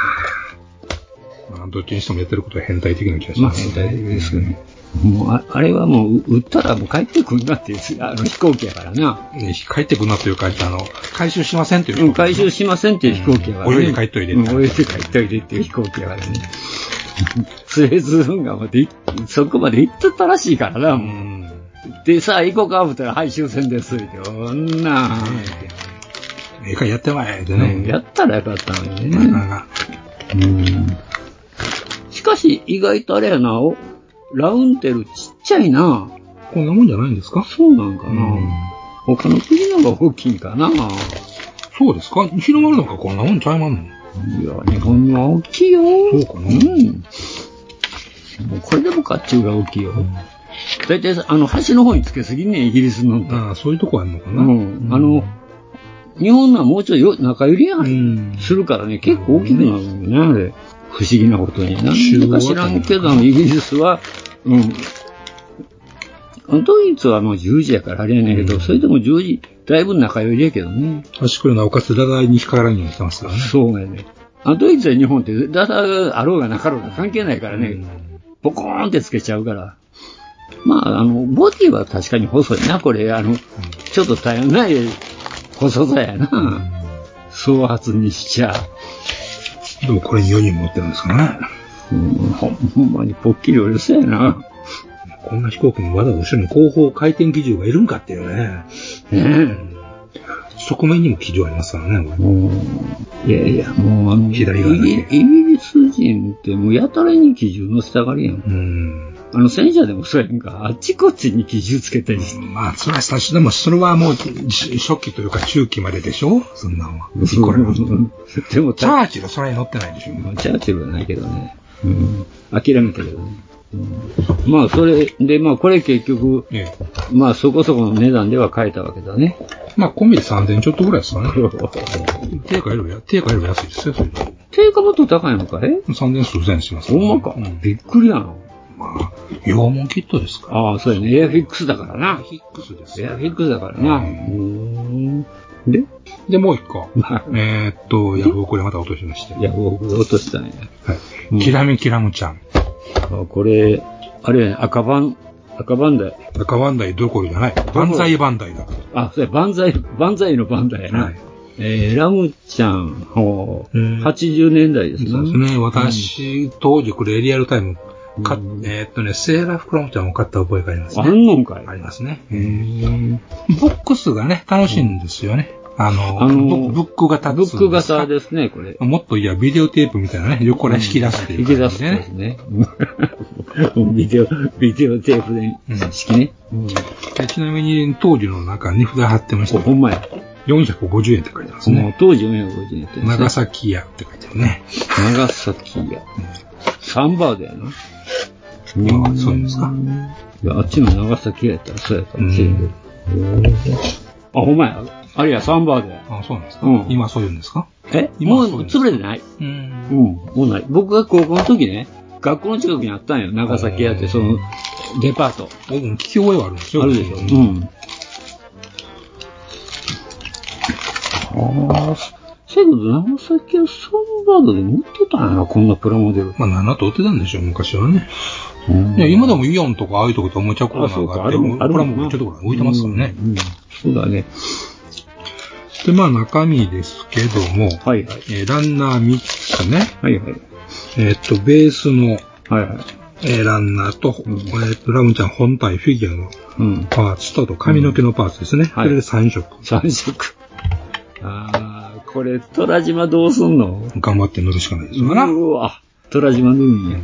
S1: まあ、どっちにしてもやってることは変態的な気がし
S2: まあ
S1: ます、
S2: 変態的ですけどね。もうあ、あれはもう、売ったらもう帰ってくんなっていう、あの飛行機やからな。
S1: ね帰ってくんなというか、あの、回収しませんという
S2: う
S1: 人
S2: ん、回収しませんっていう飛行機やから、ね。
S1: うん泳いで帰っといで
S2: うん泳いで帰っといでっていう飛行機やからね。スエズ運河までい、そこまで行ってたらしいからな、
S1: う
S2: もう。
S1: ん。
S2: で、さあ行こうか、思ったら、はい、終戦です、って。こんな、
S1: ええか、やってまえ、で
S2: うん、
S1: ね。
S2: やったらよかったのにね。
S1: なかなか
S2: しかし、意外とあれやな、おラウンテルちっちゃいな。
S1: こんなもんじゃないんですか
S2: そうなんかな。
S1: うん
S2: 他の国の方が大きいかな。い
S1: そうですか日の丸なんかこんなもんちゃいまんの
S2: や、日本は大きいよ。
S1: そうかな
S2: うん。もうこれでもかっちゅうが大きいよ。大体、あの、橋の方につけすぎんねん、イギリスのって。
S1: ああ、そういうとこあるのか
S2: う
S1: な。
S2: ん。あの、日本のはもうちょいよ中寄りや。
S1: うんん。
S2: するからね、結構大きくなるんよね、あれ。不思議なことに。
S1: 中
S2: な
S1: 央
S2: んだ
S1: あた
S2: か
S1: り
S2: 知らんけど、イギリスは、うん。ドイツはもう10時やからあれやねんけ
S1: う
S2: ど、
S1: ん
S2: それでも10時、だいぶ仲寄りやけどね。
S1: 端っこよなおかつ、だだに引っかからんようにしてますからね。
S2: そうやね。あドイツや日本って、だだあろうがなかろうが関係ないからね、ポコーンってつけちゃうから。まあ、あの、ボディは確かに細いな、これ。あの、ちょっと頼んない細さやな。総発にしちゃ。
S1: でもこれに4人持ってるんですからね。
S2: うんほんほんまにぽっきり折れそうやな。
S1: こんな飛行機にわざわざ後ろに後方回転機銃がいるんかっていうね。
S2: ね
S1: 側面にも機銃ありますからね、こ
S2: え。もう、いやいや、もうあの、
S1: 左側だけ
S2: イギイギリス人ってもうやたらに機銃の下がりやん。
S1: れ。うん。
S2: あの戦車でもそうやんか。あっちこっちに機銃つけたりして。
S1: まあ、つらしたし、でもそれはもう、し初期というか中期まででしょそんなんは。これは。
S2: でも、
S1: チ
S2: チ
S1: ャ
S2: ャ
S1: ーチル、それに乗ってないでしょ。
S2: チャーチルはないけどね。うん。諦めたけどね。うんまあ、それで、まあ、これ結局、
S1: ええ。
S2: まあ、そこそこの値段では買えたわけだね。
S1: まあ、込みで3000ちょっとぐらいですかね。定価よりは、定価よりは安いですよ、それで
S2: 定価もっと高いのかえ
S1: 3000数千円します
S2: ほ
S1: ら
S2: ん
S1: ね、
S2: まか
S1: う。ん
S2: びっくりやな。
S1: まあ、羊毛キットですから。
S2: ああ、そうやね。エアフィックスだからな。
S1: ヒックスです
S2: エアフィックスだからな。う
S1: う
S2: ー
S1: ん
S2: ん。で、
S1: で、もう一個。
S2: まあ、
S1: えーっと、ヤフオクでまた落としまして。
S2: ヤフオクで落としたんや。
S1: はい。キラメキラムちゃん。
S2: あこれ、あれやね、赤番、赤番台。
S1: 赤バンダイどころじゃない。万歳バンダイだ。
S2: あ、そうや、万歳、万歳の番台やな。
S1: はい
S2: えー、ラムちゃん、ほう
S1: うん
S2: 80年代ですね。
S1: そうですね。私、当時これリアルタイム、か
S2: うん
S1: えーっとね、セーラーフラムちゃんを買った覚えがあります
S2: あ
S1: ね。
S2: んのんかい。
S1: ありますね。
S2: うーん
S1: ボックスがね、楽しいんですよね。あの、
S2: あの
S1: ブブック型っ
S2: ブ
S1: つ
S2: ッ
S1: うん
S2: ク
S1: ですか
S2: 型ですね、これ。
S1: もっといや、ビデオテープみたいなね、横から引き出すってい
S2: 引
S1: う
S2: き出
S1: 感
S2: す
S1: じ
S2: ん
S1: で
S2: です
S1: ね。
S2: ね。 ビデオ、ビデオテープで
S1: うん
S2: 式ね。うん。
S1: でちなみに、当時の中に札貼ってました
S2: こ
S1: け
S2: ほ
S1: ど。
S2: んまや。
S1: 450円って書いてます
S2: もう
S1: ね。
S2: 当時450円やったやつね
S1: 長崎屋って書いてるね。
S2: 長崎や。サンバードやな。
S1: 今はそうですか。
S2: いやあっちの長崎やったらそうやかもしれんけど。あ、ほんまや。あれや、サンバードや。
S1: あ、そうなんですか。
S2: うん
S1: 今そういうんですか
S2: え
S1: 今
S2: も
S1: は
S2: う
S1: そうです
S2: 潰れてない
S1: うん。
S2: うん、もうない。僕が高校の時ね、学校の近くにあったんよ。長崎屋って、その、デパート。
S1: 僕も聞き覚えはあるんですよ。
S2: あるでしょ。う
S1: うん
S2: ん。ああ、せやけど、長崎はソンバードで持ってたんやな、こんなプラモデル。
S1: まあ、7と売ってたんでしょ、昔はね。
S2: うん
S1: いや、今でもイオンとかああいうとことおもちゃコーナ
S2: あ、そ
S1: ー
S2: う
S1: が
S2: か、
S1: あっ
S2: あ
S1: て、
S2: る
S1: プ
S2: もん、
S1: ラ
S2: ある
S1: モ
S2: も
S1: デ
S2: ん
S1: ル
S2: な
S1: ちょっとこれ置いてますからね。
S2: うん。うんそうだね。
S1: で、まあ中身ですけども、
S2: はいはい。
S1: えーランナー3つね、
S2: はいはい。
S1: えーっと、ベースの、
S2: はいはい。
S1: えーランナーと、えーっと、ラムちゃん本体フィギュアの
S2: うん。
S1: パーツと、あと髪の毛のパーツですね。
S2: は
S1: そ
S2: い
S1: れで3色。
S2: 三色。ああ、これ、虎島どうすんの
S1: 頑張って塗るしかないです
S2: う
S1: わな。
S2: わ、虎島塗るんや。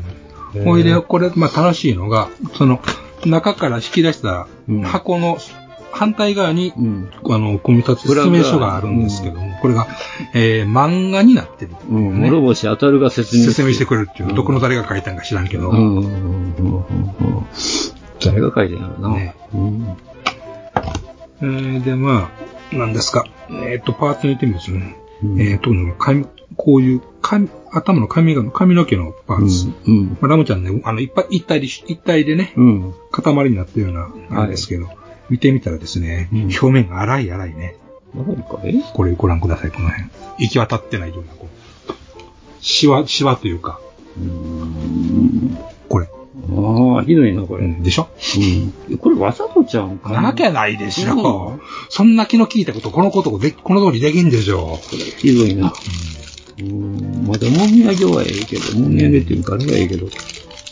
S1: ほいで、これ、まあ楽しいのが、その、中から引き出した
S2: うん
S1: 箱の反対側に
S2: う、ん。
S1: あの、組み立て説明書があるんですけども、これが、えー漫画になってる。
S2: うん。
S1: ね
S2: 諸星当たるが説明
S1: 説明してくれるっていう、
S2: うん
S1: どこの誰が書いたんか知らんけど、
S2: うんうんうんうんうん。誰が書いてんやろな。
S1: ね
S2: うん。
S1: えーで、まあ、なんですか。えっ、と、パーツに言ってみますね。
S2: うん
S1: えーと、髪、こういう、髪、頭の髪が、髪の毛のパーツ。
S2: うん。
S1: まあ、ラムちゃんね、あの、いっぱい、一体で、一体でね、
S2: うん。
S1: 塊になったような、あれですけど、見てみたらですね、
S2: うん
S1: 表面が荒い荒いね。
S2: なんか、え
S1: これご覧ください、この辺。行き渡ってないような、こう。シワ、シワというか、これ。
S2: ああ、ひどいな、こ
S1: う
S2: れ。
S1: ん、でしょ
S2: うん。これ、わざとちゃうんか
S1: なわけないでしょ。
S2: う
S1: そんな気の利いたこと、このことをで、この通りできんでしょ。
S2: ひどいな。うん。まだ、もみあげはええけど、もみあげっていうか、あれはええけど。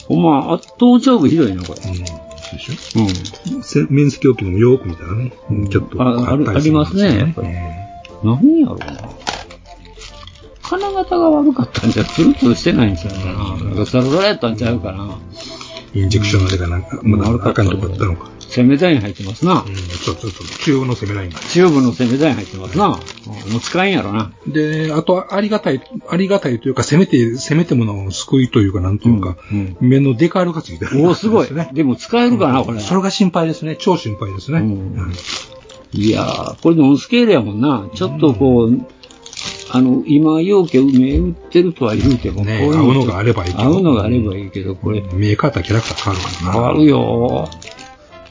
S2: ほんま、圧倒上部ひどいな、これ。
S1: うん。でしょ
S2: うん。
S1: せ面積大きいのもよーく見たらね、
S2: うん
S1: ちょっと
S2: あある
S1: ったりするんですよ
S2: ありますね何やろうな。金型が悪かったんじゃ、ツルツルしてないんちゃうかな。なんかサラサラやったんちゃうかな。
S1: うんインジェクションのあれがなんか、まだ
S2: 悪かっ
S1: 赤
S2: た
S1: のとこだったのか。
S2: 攻め台に入ってますな
S1: う。ん、そうそうそう、中央の攻めラインが。
S2: チューブの攻め台に入ってますな。うんもう使えんやろな。
S1: で、あと、ありがたい、ありがたいというか、攻めて、攻めてものを救いというか、なんというか、
S2: うん
S1: 目のデカールがついてる。
S2: おお、すごい
S1: でね。。
S2: でも使えるかな、これ。
S1: それが心配ですね。超心配ですね。
S2: うん
S1: うん
S2: いやー、これノンスケールやもんな。ちょっとこう、あの、今、ようけ目打ってるとは言うけど、
S1: ね
S2: こういう
S1: 合うのがあればいいけど
S2: 合うのがあればいいけど、これ、
S1: 見え方、キャラクター変わるからな。
S2: 変わるよ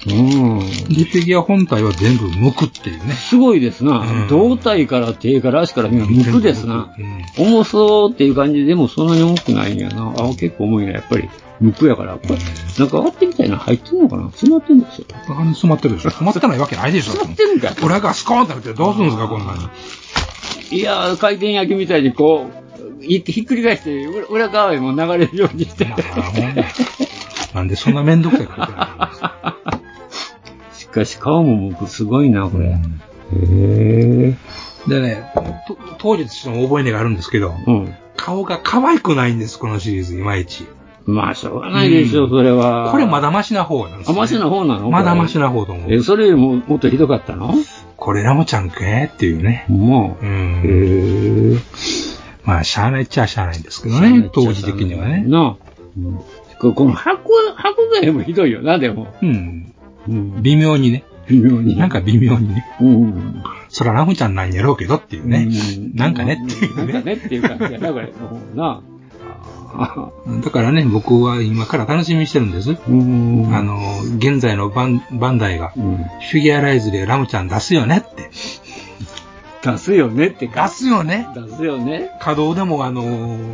S2: ー。うん。
S1: でフィギュア本体は全部無くっていうね。
S2: すごいですな。
S1: うん
S2: 胴体から手から足からみんな無垢ですな。
S1: う
S2: 重そうっていう感じでもそんなに重くないんやな。あ結構重いな、やっぱり。無垢やから。これ、なんか割ってみたいな入ってんのかな詰まってんですよ。
S1: ん。中に詰まってるでしょ。詰まってないわけないでしょ。
S2: 詰まってんかい
S1: これがスコーンってなってどうするんですか、こん なん。
S2: いやー、回転焼きみたいにこう、いひっくり返して、裏裏側へも流れるようにして。
S1: なんでそんなめんどくさいことやるんですか。
S2: しかし顔も無垢すごいな、これ。へー。
S1: でね、と当時としても覚えねがあるんですけど、
S2: うん。
S1: 顔が可愛くないんです、このシリーズ、いまいち。
S2: まあ、しょうがないでしょ、
S1: うん
S2: それは。
S1: これまだマシな方なんです
S2: あ、
S1: よね
S2: マシな方なの
S1: まだマシ
S2: な。
S1: な方と思
S2: え、
S1: う。
S2: それよりももっとひどかったの
S1: これラムちゃんかねっていうね。
S2: もう
S1: う。ん。
S2: へー。
S1: まあ、しゃあないっちゃしゃあないんですけどね、当時的にはね。
S2: なあ。うんここの箱、箱がもひどいよな、でも。
S1: うん。
S2: うん
S1: 微妙にね。
S2: 微妙に。
S1: なん、か微妙にね。
S2: うん。
S1: そらラムちゃんなんやろうけどっていうね。
S2: う
S1: なんかねっていう
S2: なんか
S1: ね。
S2: ねっていう感じやな、これ。なあ。
S1: だからね、僕は今から楽しみにしてるんです。
S2: うん
S1: あ、の、現在のバンバンダイが、
S2: うん。
S1: フィギュアライズでラムちゃん出すよねって。
S2: 出すよねって
S1: 出
S2: か。
S1: すよね。
S2: 出すよね。
S1: 稼働でも、あの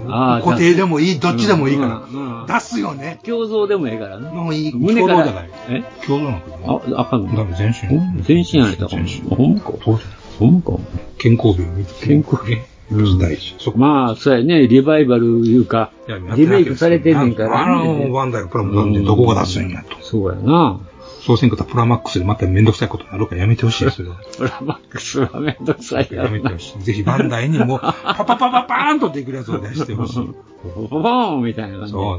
S2: あ
S1: ー
S2: ー
S1: 固定でもいい、どっちでもいい
S2: う
S1: か
S2: んうんうん
S1: ら。出すよね。
S2: 胸像でもええからな。
S1: もういい
S2: 胸から。
S1: 胸像じゃない
S2: え
S1: 共同なのか
S2: あ、あかん
S1: な
S2: の
S1: だめ、全身。
S2: 全身やれたかも。ほんまか。
S1: そうじゃない
S2: ほんまか。
S1: 健康美を見て。
S2: 健康美
S1: うん。大事。そこ
S2: まあ、そうやね。リバイバルいうか、リメイクされてんねんから。
S1: あの、ワンダイがプラモなんでどこが出すんやと。
S2: そうやな。
S1: そうせんかったらプラマックスでまためんどくさいことになるからやめてほし いですよ。
S2: プラマックスはめんどくさいや
S1: や
S2: ろ
S1: めて
S2: な
S1: ほ。しい。ぜひバンダイにも、パパパパパーンとできるやつを出してほしい。そう
S2: ボボボーンみたいな感じで。
S1: だな。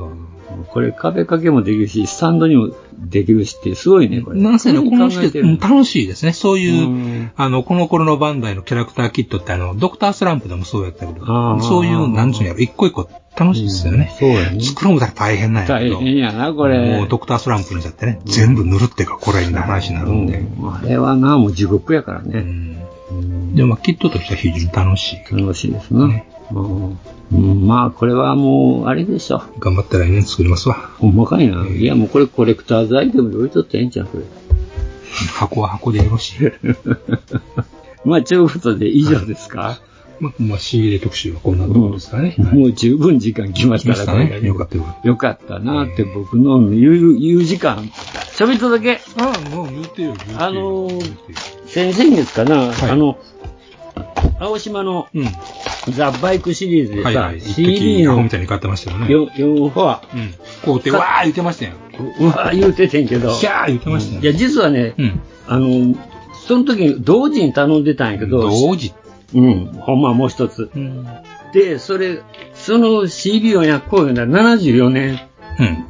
S2: これ壁掛けもできるし、スタンドにもできるしって、すごいね、これ。
S1: なんせね、この
S2: 考
S1: 施
S2: えて
S1: 設、
S2: る
S1: うん楽しいですね。そういう、
S2: うん
S1: あの、この頃のバンダイのキャラクターキットって、あの、ドクタースランプでもそうやったけ
S2: あ
S1: ど、
S2: ー
S1: そういう、なんつうんやろ、一個一個楽しいですよね。
S2: そうやね。
S1: 作るのも大変なんやけ
S2: 大
S1: ど、
S2: 変やな、これ。
S1: もうドクタースランプにしちゃってね、全部塗るってか、これにな話になるんで。
S2: うんあれはな、もう地獄やから
S1: う
S2: ね。
S1: んでも、まあキットとしては非常に楽しい。
S2: 楽しいですな。うんうんまあ、これはもう、あれでしょ。
S1: 頑張って来年作りますわ。
S2: ほんまかいな。いや、もうこれコレクタ ーズアイテムで置いとったらええんちゃうこれ。
S1: 箱は箱でよろしい。
S2: まあ、ちゅうことで以上ですか、
S1: まあ、まあ、仕入れ特集はこんなところですかね。はい
S2: もう十分時間来ました
S1: 来
S2: ら、
S1: ました
S2: こ
S1: ね
S2: れがね
S1: よかったよかっ
S2: よかったなって僕の言う、言う時間、ちょびっとだけ、
S1: ああ、もう言ってよ、言ってよ。
S2: あのー
S1: 言ってよ
S2: 先々月かな、
S1: はい
S2: あの、青島の
S1: うん。
S2: ザ・バイクシリーズでさ、
S1: はいはい。一
S2: CD
S1: 滴、アホ
S2: の
S1: みたいに買ってましたよね。
S2: よ4フォア、
S1: うん。こうて、
S2: か
S1: わー言ってましたよ。
S2: うわ言うててんけど、
S1: ひゃー言ってましたよ。
S2: いや、実はね、
S1: うん。
S2: あの、その時同時に頼んでたんやけど、
S1: 同時。
S2: うん、ほんまもう一つ。
S1: うん。
S2: で、それ、その CD をやこういうのは74年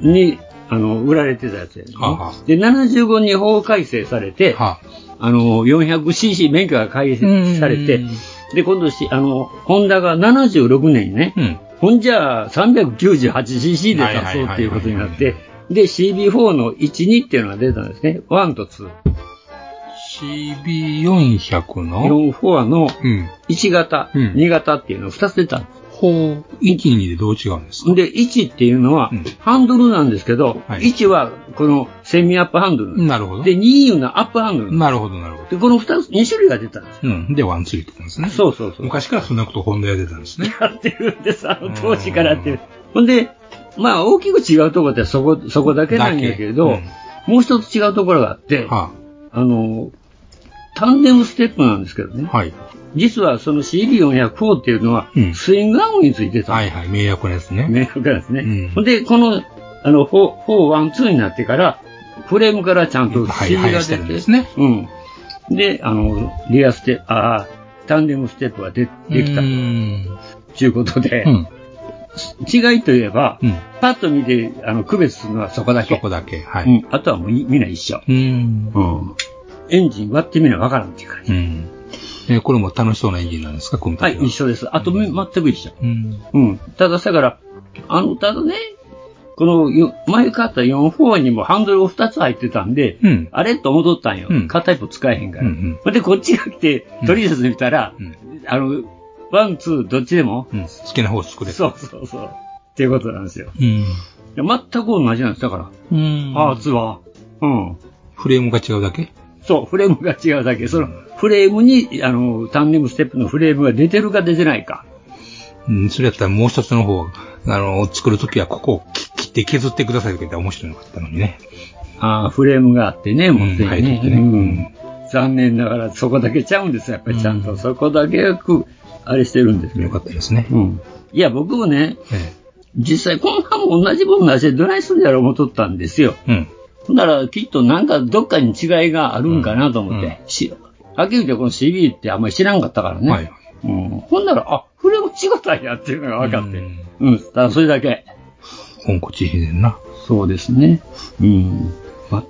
S1: うん。
S2: に、あの、売られてたやつやね、
S1: はあはあ
S2: で、75に法改正されて、
S1: は
S2: あの、400cc 免許が改正されて
S1: うん、
S2: で、今度し、あの、ホンダが76年にね、
S1: うん。
S2: ほんじゃあ 398cc で出そうっていうことになって、で、CB4 の1、2っていうのが出たんですね。1と2。
S1: CB400 の、
S2: 4、4の
S1: うん。
S2: 1型、
S1: うん
S2: 2型っていうのが2つ出たんです。
S1: ほう、1、2でどう違うんですか
S2: で、1っていうのは
S1: うん
S2: ハンドルなんですけど、
S1: はい
S2: 1はこのセミアップハンドル。
S1: なるほど。
S2: で、2いうのはアップハンドル。
S1: なるほど、なるほど。
S2: で、この2つ、2種類が出たんです。
S1: うん。で、ワンツーって言ったんですね。
S2: そうそうそう。
S1: 昔からそんなこと本題出てたんですね。
S2: やってるんです、あの当時からやってる。ほんで、まあ大きく違うところってそこ、そこだけなんやけど、
S1: だけ
S2: もう一つ違うところがあって、
S1: は
S2: あの、タンデムステップなんですけどね。
S1: あ、はい。
S2: 実はその CB404 っていうのは、
S1: うん
S2: スイングアームについてた。
S1: はいはい、迷惑なやつね。
S2: 明確なんですね。
S1: うん
S2: ほんで、この、あの、4、4、1、2になってから、フレームからちゃんと
S1: はい
S2: C が出て、
S1: 生やしてるんですね
S2: うん。で、あの、リアステップ、ああ、タンデムステップがでできた
S1: うー。ん。
S2: ということで、
S1: うん。
S2: 違いといえば、
S1: うん
S2: パッと見てあの区別するのはそこだけ。
S1: そこだけ。は
S2: う
S1: い。
S2: ん、あとはもういみんな一緒、
S1: うん。
S2: うん。エンジン割ってみなわからんっていう感じ。
S1: うん。えーこれも楽しそうな演技なんですか、組み
S2: は
S1: 立て
S2: い、一緒です。あと、め全く一緒。
S1: うん。
S2: うん。ただ、だから、あの、ただね、このよ前買った4-4にもハンドルが2つ入ってたんで、
S1: うん
S2: あれと戻ったんよ。
S1: うん
S2: 片一方使えへんから。
S1: うんうん
S2: ほで、こっちが来て、とりあえず見たら、
S1: うん
S2: あの、ワン、ツー、どっちでも、
S1: うん。好きな方作れ。
S2: そうそうそう。っていうことなんですよ。
S1: うん。
S2: いや全く同じなんです。だから、
S1: うん
S2: パーツは。うん。
S1: フレームが違うだけ
S2: そう、フレームが違うだけ。そのフレームに、あの、タンデムステップのフレームが出てるか出てないか。
S1: うん。それやったらもう一つの方、あの、作るときはここを切切って削ってくださいとか言ったら面白いのかったのにね。
S2: ああ、フレームがあってね、もうすでに
S1: うん
S2: ね。
S1: 入ってて
S2: う
S1: ね
S2: ん残念ながらそこだけちゃうんですよ、やっぱりちゃんと。そこだけよく、あれしてるんです
S1: よ
S2: よ。
S1: かったですね。
S2: うん。いや、僕もね、
S1: え
S2: 実際こんなもん同じもんなしでどないするんやろう思っとったんですよ。
S1: えうん。
S2: ほんなら、きっとなんかどっかに違いがあるんかなと思って。
S1: うん
S2: しはっきり言ってこの CB ってあんまり知らんかったからね。
S1: はい
S2: うん、ほんなら、あ、フレーム違ったんやっていうのが分かって。
S1: う
S2: うん
S1: ん、
S2: ただそれだけ。
S1: 本骨知変な。
S2: そうですね。うん。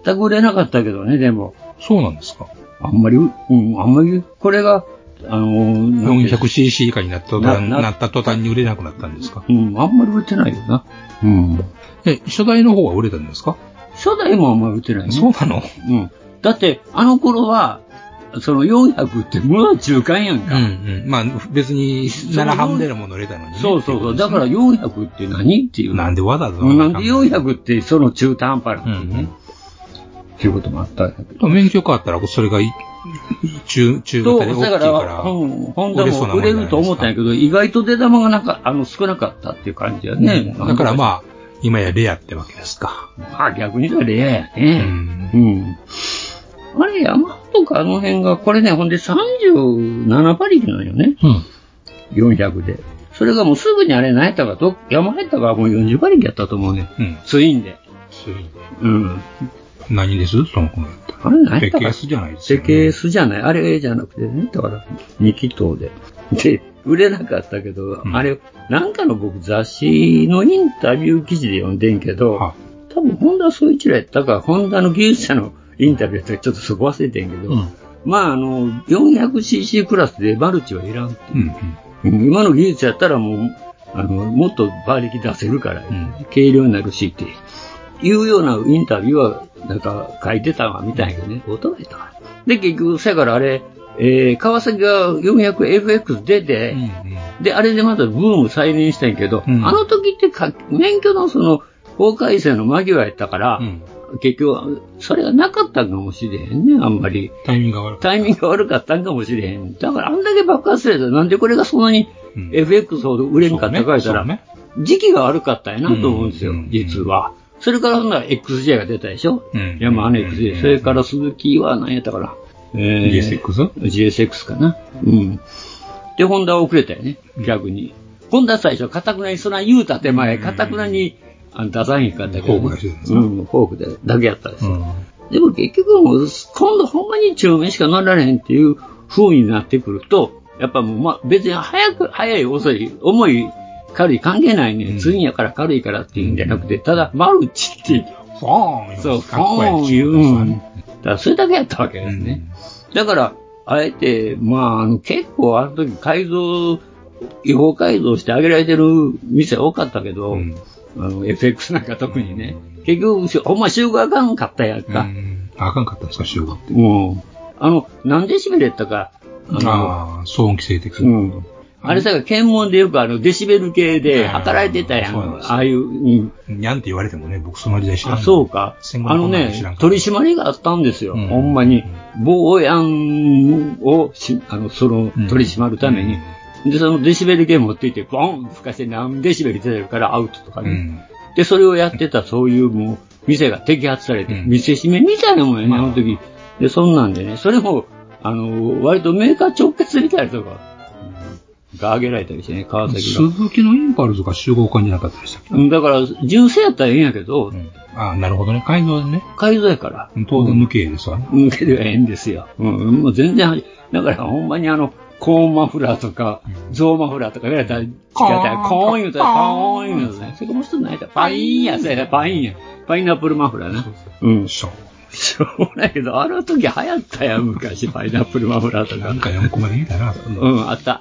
S2: 全く売れなかったけどね、でも。
S1: そうなんですか。
S2: あんまり、うん、あんまり、これが、あのー、なんていう
S1: 400cc 以下になった途端、
S2: なな
S1: なった途端に売れなくなったんですか。
S2: うん、あんまり売れてないよな。うん。
S1: え、初代の方は売れたんですか
S2: 初代もあんまり売れてないね。
S1: そうなの
S2: うん。だって、あの頃は、その400って、まあ中間やん
S1: う
S2: か。
S1: んうん。まあ、別に、
S2: の
S1: 7半でも乗れたのにね。
S2: そうそうそう。だから400って何っていう。
S1: なんでわざわざ。
S2: なんで400ってその中途半端なっていうね。
S1: うん
S2: っていうこともあったんやけど。
S1: 免許変わったら、それがい、中、中
S2: と、
S1: 型で
S2: だ
S1: 大きい
S2: か、
S1: からら、
S2: うんホンダ
S1: 売れそうな
S2: も
S1: もん
S2: 売
S1: じ
S2: れ
S1: ゃない
S2: る
S1: ですか
S2: と思ったんやけど、意外と出玉がなんか、あの、少なかったっていう感じやね。
S1: うんだからまあ、今やレアってわけですか。
S2: あ、まあ逆に言うとレアや
S1: う
S2: ね。
S1: ん。
S2: うん。あれ、ヤマハとかあの辺が、これね、ほんで37馬力なんよね。
S1: うん。
S2: 400で。それがもうすぐにあれ、何やったか、ど、ヤマハやったかもう40馬力やったと思うね。
S1: うん。
S2: ツインで。うん。
S1: 何ですその子のやった
S2: あれ、何
S1: ら。
S2: や
S1: ペ
S2: った
S1: ケ
S2: か
S1: ー。スじゃないです
S2: 設
S1: よね
S2: 計数じゃない、あれじゃなくてね、だから、2気筒で。で、売れなかったけど、
S1: うん
S2: あれ、なんかの僕雑誌のインタビュー記事で読んでんけど、
S1: は
S2: 多分、ホンダ総一郎やったか、ホンダの技術者のインタビューやったか、ちょっとそこ忘れてんけど、
S1: うん
S2: まあ、あの、400cc クラスでマルチはいらんって
S1: うん。
S2: うん今の技術やったらもう、あの、もっと馬力出せるから、
S1: ん
S2: 軽量になるしって、いうようなインタビューは、なんか書いてたわ、みたいなね。驚いたわ。で、結局、そやからあれ、えー、川崎が 400FX 出て、
S1: うん。うん。
S2: で、あれでまたブーム再燃したんやけど、
S1: うん
S2: あの時ってか免許のその、法改正の間際やったから、
S1: うん
S2: 結局、それがなかったんかもしれへんね、あんまり。
S1: タイミングが悪かっ
S2: タイミングが悪かったんかもしれへん。だから、あんだけ爆発すれたら、なんでこれがそんなに
S1: うん
S2: FX ほど売れんかったか言ったら、
S1: そうね
S2: 時期が悪かったんやなと思うんですよ、
S1: うんうん
S2: 実は。それから、ほんなら XJ が出たでしょ。
S1: うん
S2: ヤマハの XJ、
S1: うん
S2: それから鈴木は何やったから。
S1: た。
S2: えー
S1: DSX?
S2: GSX かな。うん。で、ホンダは遅れたよね、逆に。ホンダ最初、かたくなに、そんな言うた手前、かたくなに、あの出さへんかったけど、
S1: フォークだけです
S2: う
S1: ね
S2: ん、フォークで、だけやったんです
S1: う
S2: よ。
S1: ん。
S2: でも結局もう、今度ほんまに中面しか乗られへんっていう風になってくると、やっぱもう、まあ、別に早く、早い、遅い、重い、軽い関係ないね。
S1: うん
S2: 次やから軽いからっていうんじゃなくて、ただ、マルチっていう、
S1: フォーン
S2: そう、
S1: かっこ
S2: ポーン
S1: いい。
S2: 言うん。だからそれだけやったわけですね。
S1: うん
S2: だから、あえて、まあ、あの結構あの時改造、違法改造してあげられてる店多かったけど、
S1: うん
S2: あの FX なんか特にね、結局、しほんま修学あかんかったやん
S1: う
S2: か。
S1: ん。あかんかったんですか、集合って。
S2: もう、あの、何デシベルやったか、あの、
S1: ああ、騒音規制的。
S2: うん。あれさ、検問でよくあの、デシベル系で働いてたやん。
S1: そうなんですよ
S2: ああいう、うん
S1: にゃんって言われてもね、僕その時代知らん
S2: あ、そうか。
S1: 戦後
S2: あの
S1: こんなの知らん、
S2: ね
S1: から
S2: 取り締まりがあったんですよ。
S1: うん
S2: ほんまに。防安をし、あの、その
S1: うん、
S2: 取り締まるために。で、そのデシベルゲーム持っていって、ボン吹かして何デシベル出てるからアウトとか
S1: う
S2: ね。
S1: ん。
S2: で、それをやってたそういうもう、店が摘発されて、
S1: うん
S2: 見せしめみたいなもんやね、
S1: まあ
S2: あの時。で、そんなんでね、それも、あの、割とメーカー直結みたいなとか、が挙げられたりしてね、川崎が。
S1: 鈴木のインパルスが集合感じゃなかったでしたっけ
S2: うんだから、純正やったらええんやけど、
S1: うん。ああ、なるほどね。改造でね。
S2: 改造やから。
S1: 当然無形ですわね。
S2: 向けではええんですよ。うん、もう全然、だからほんまにあの、コーンマフラーとか、ゾウマフラーとか言われたら、違ったら、コーン言うたら、コーン言うたらね。それかもう一つないだパインや、そうやなパインや。パイナップルマフラーな。うん。し
S1: そう。
S2: ょうもないけど、あの時流行ったやん、昔、パイナップルマフラーと
S1: なん
S2: か。
S1: か4個までいいかな。うん。
S2: うん、あった。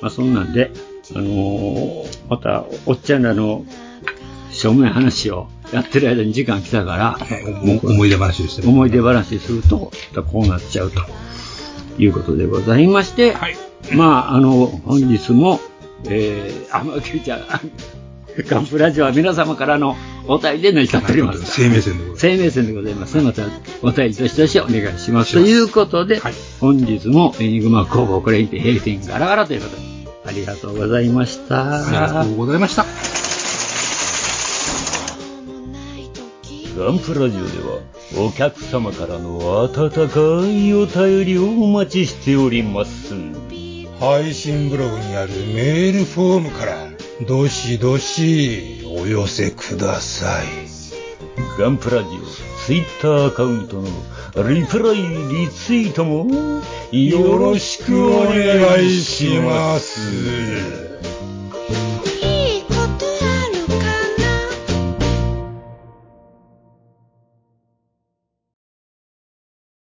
S2: まあそんなんで、あのーまた、おっちゃんらの、しょうもない話をやってる間に時間来たから、
S1: 思い出話でしたね。
S2: 思い出話すると、こうなっちゃうということでございまして、
S1: はい。
S2: まあ、あの、本日も、えー、あまきちゃん、 ガンプラジオは皆様からのお便りで成り立っております。
S1: 生命線でござい
S2: 生命線でございます。また、お便りとしてお願いします。ということで、
S1: はい
S2: 本日もエニグマ工房これにて閉店ガラガラということで、ありがとうございました。
S1: ます。ありがとうございました。
S4: ガンプラジオではお客様からの温かいお便りをお待ちしております
S1: 配信ブログにあるメールフォームから、どしどしお寄せください。
S4: ガンプラジオツイッターアカウントのリプライリツイートもよろしくお願いします
S1: す。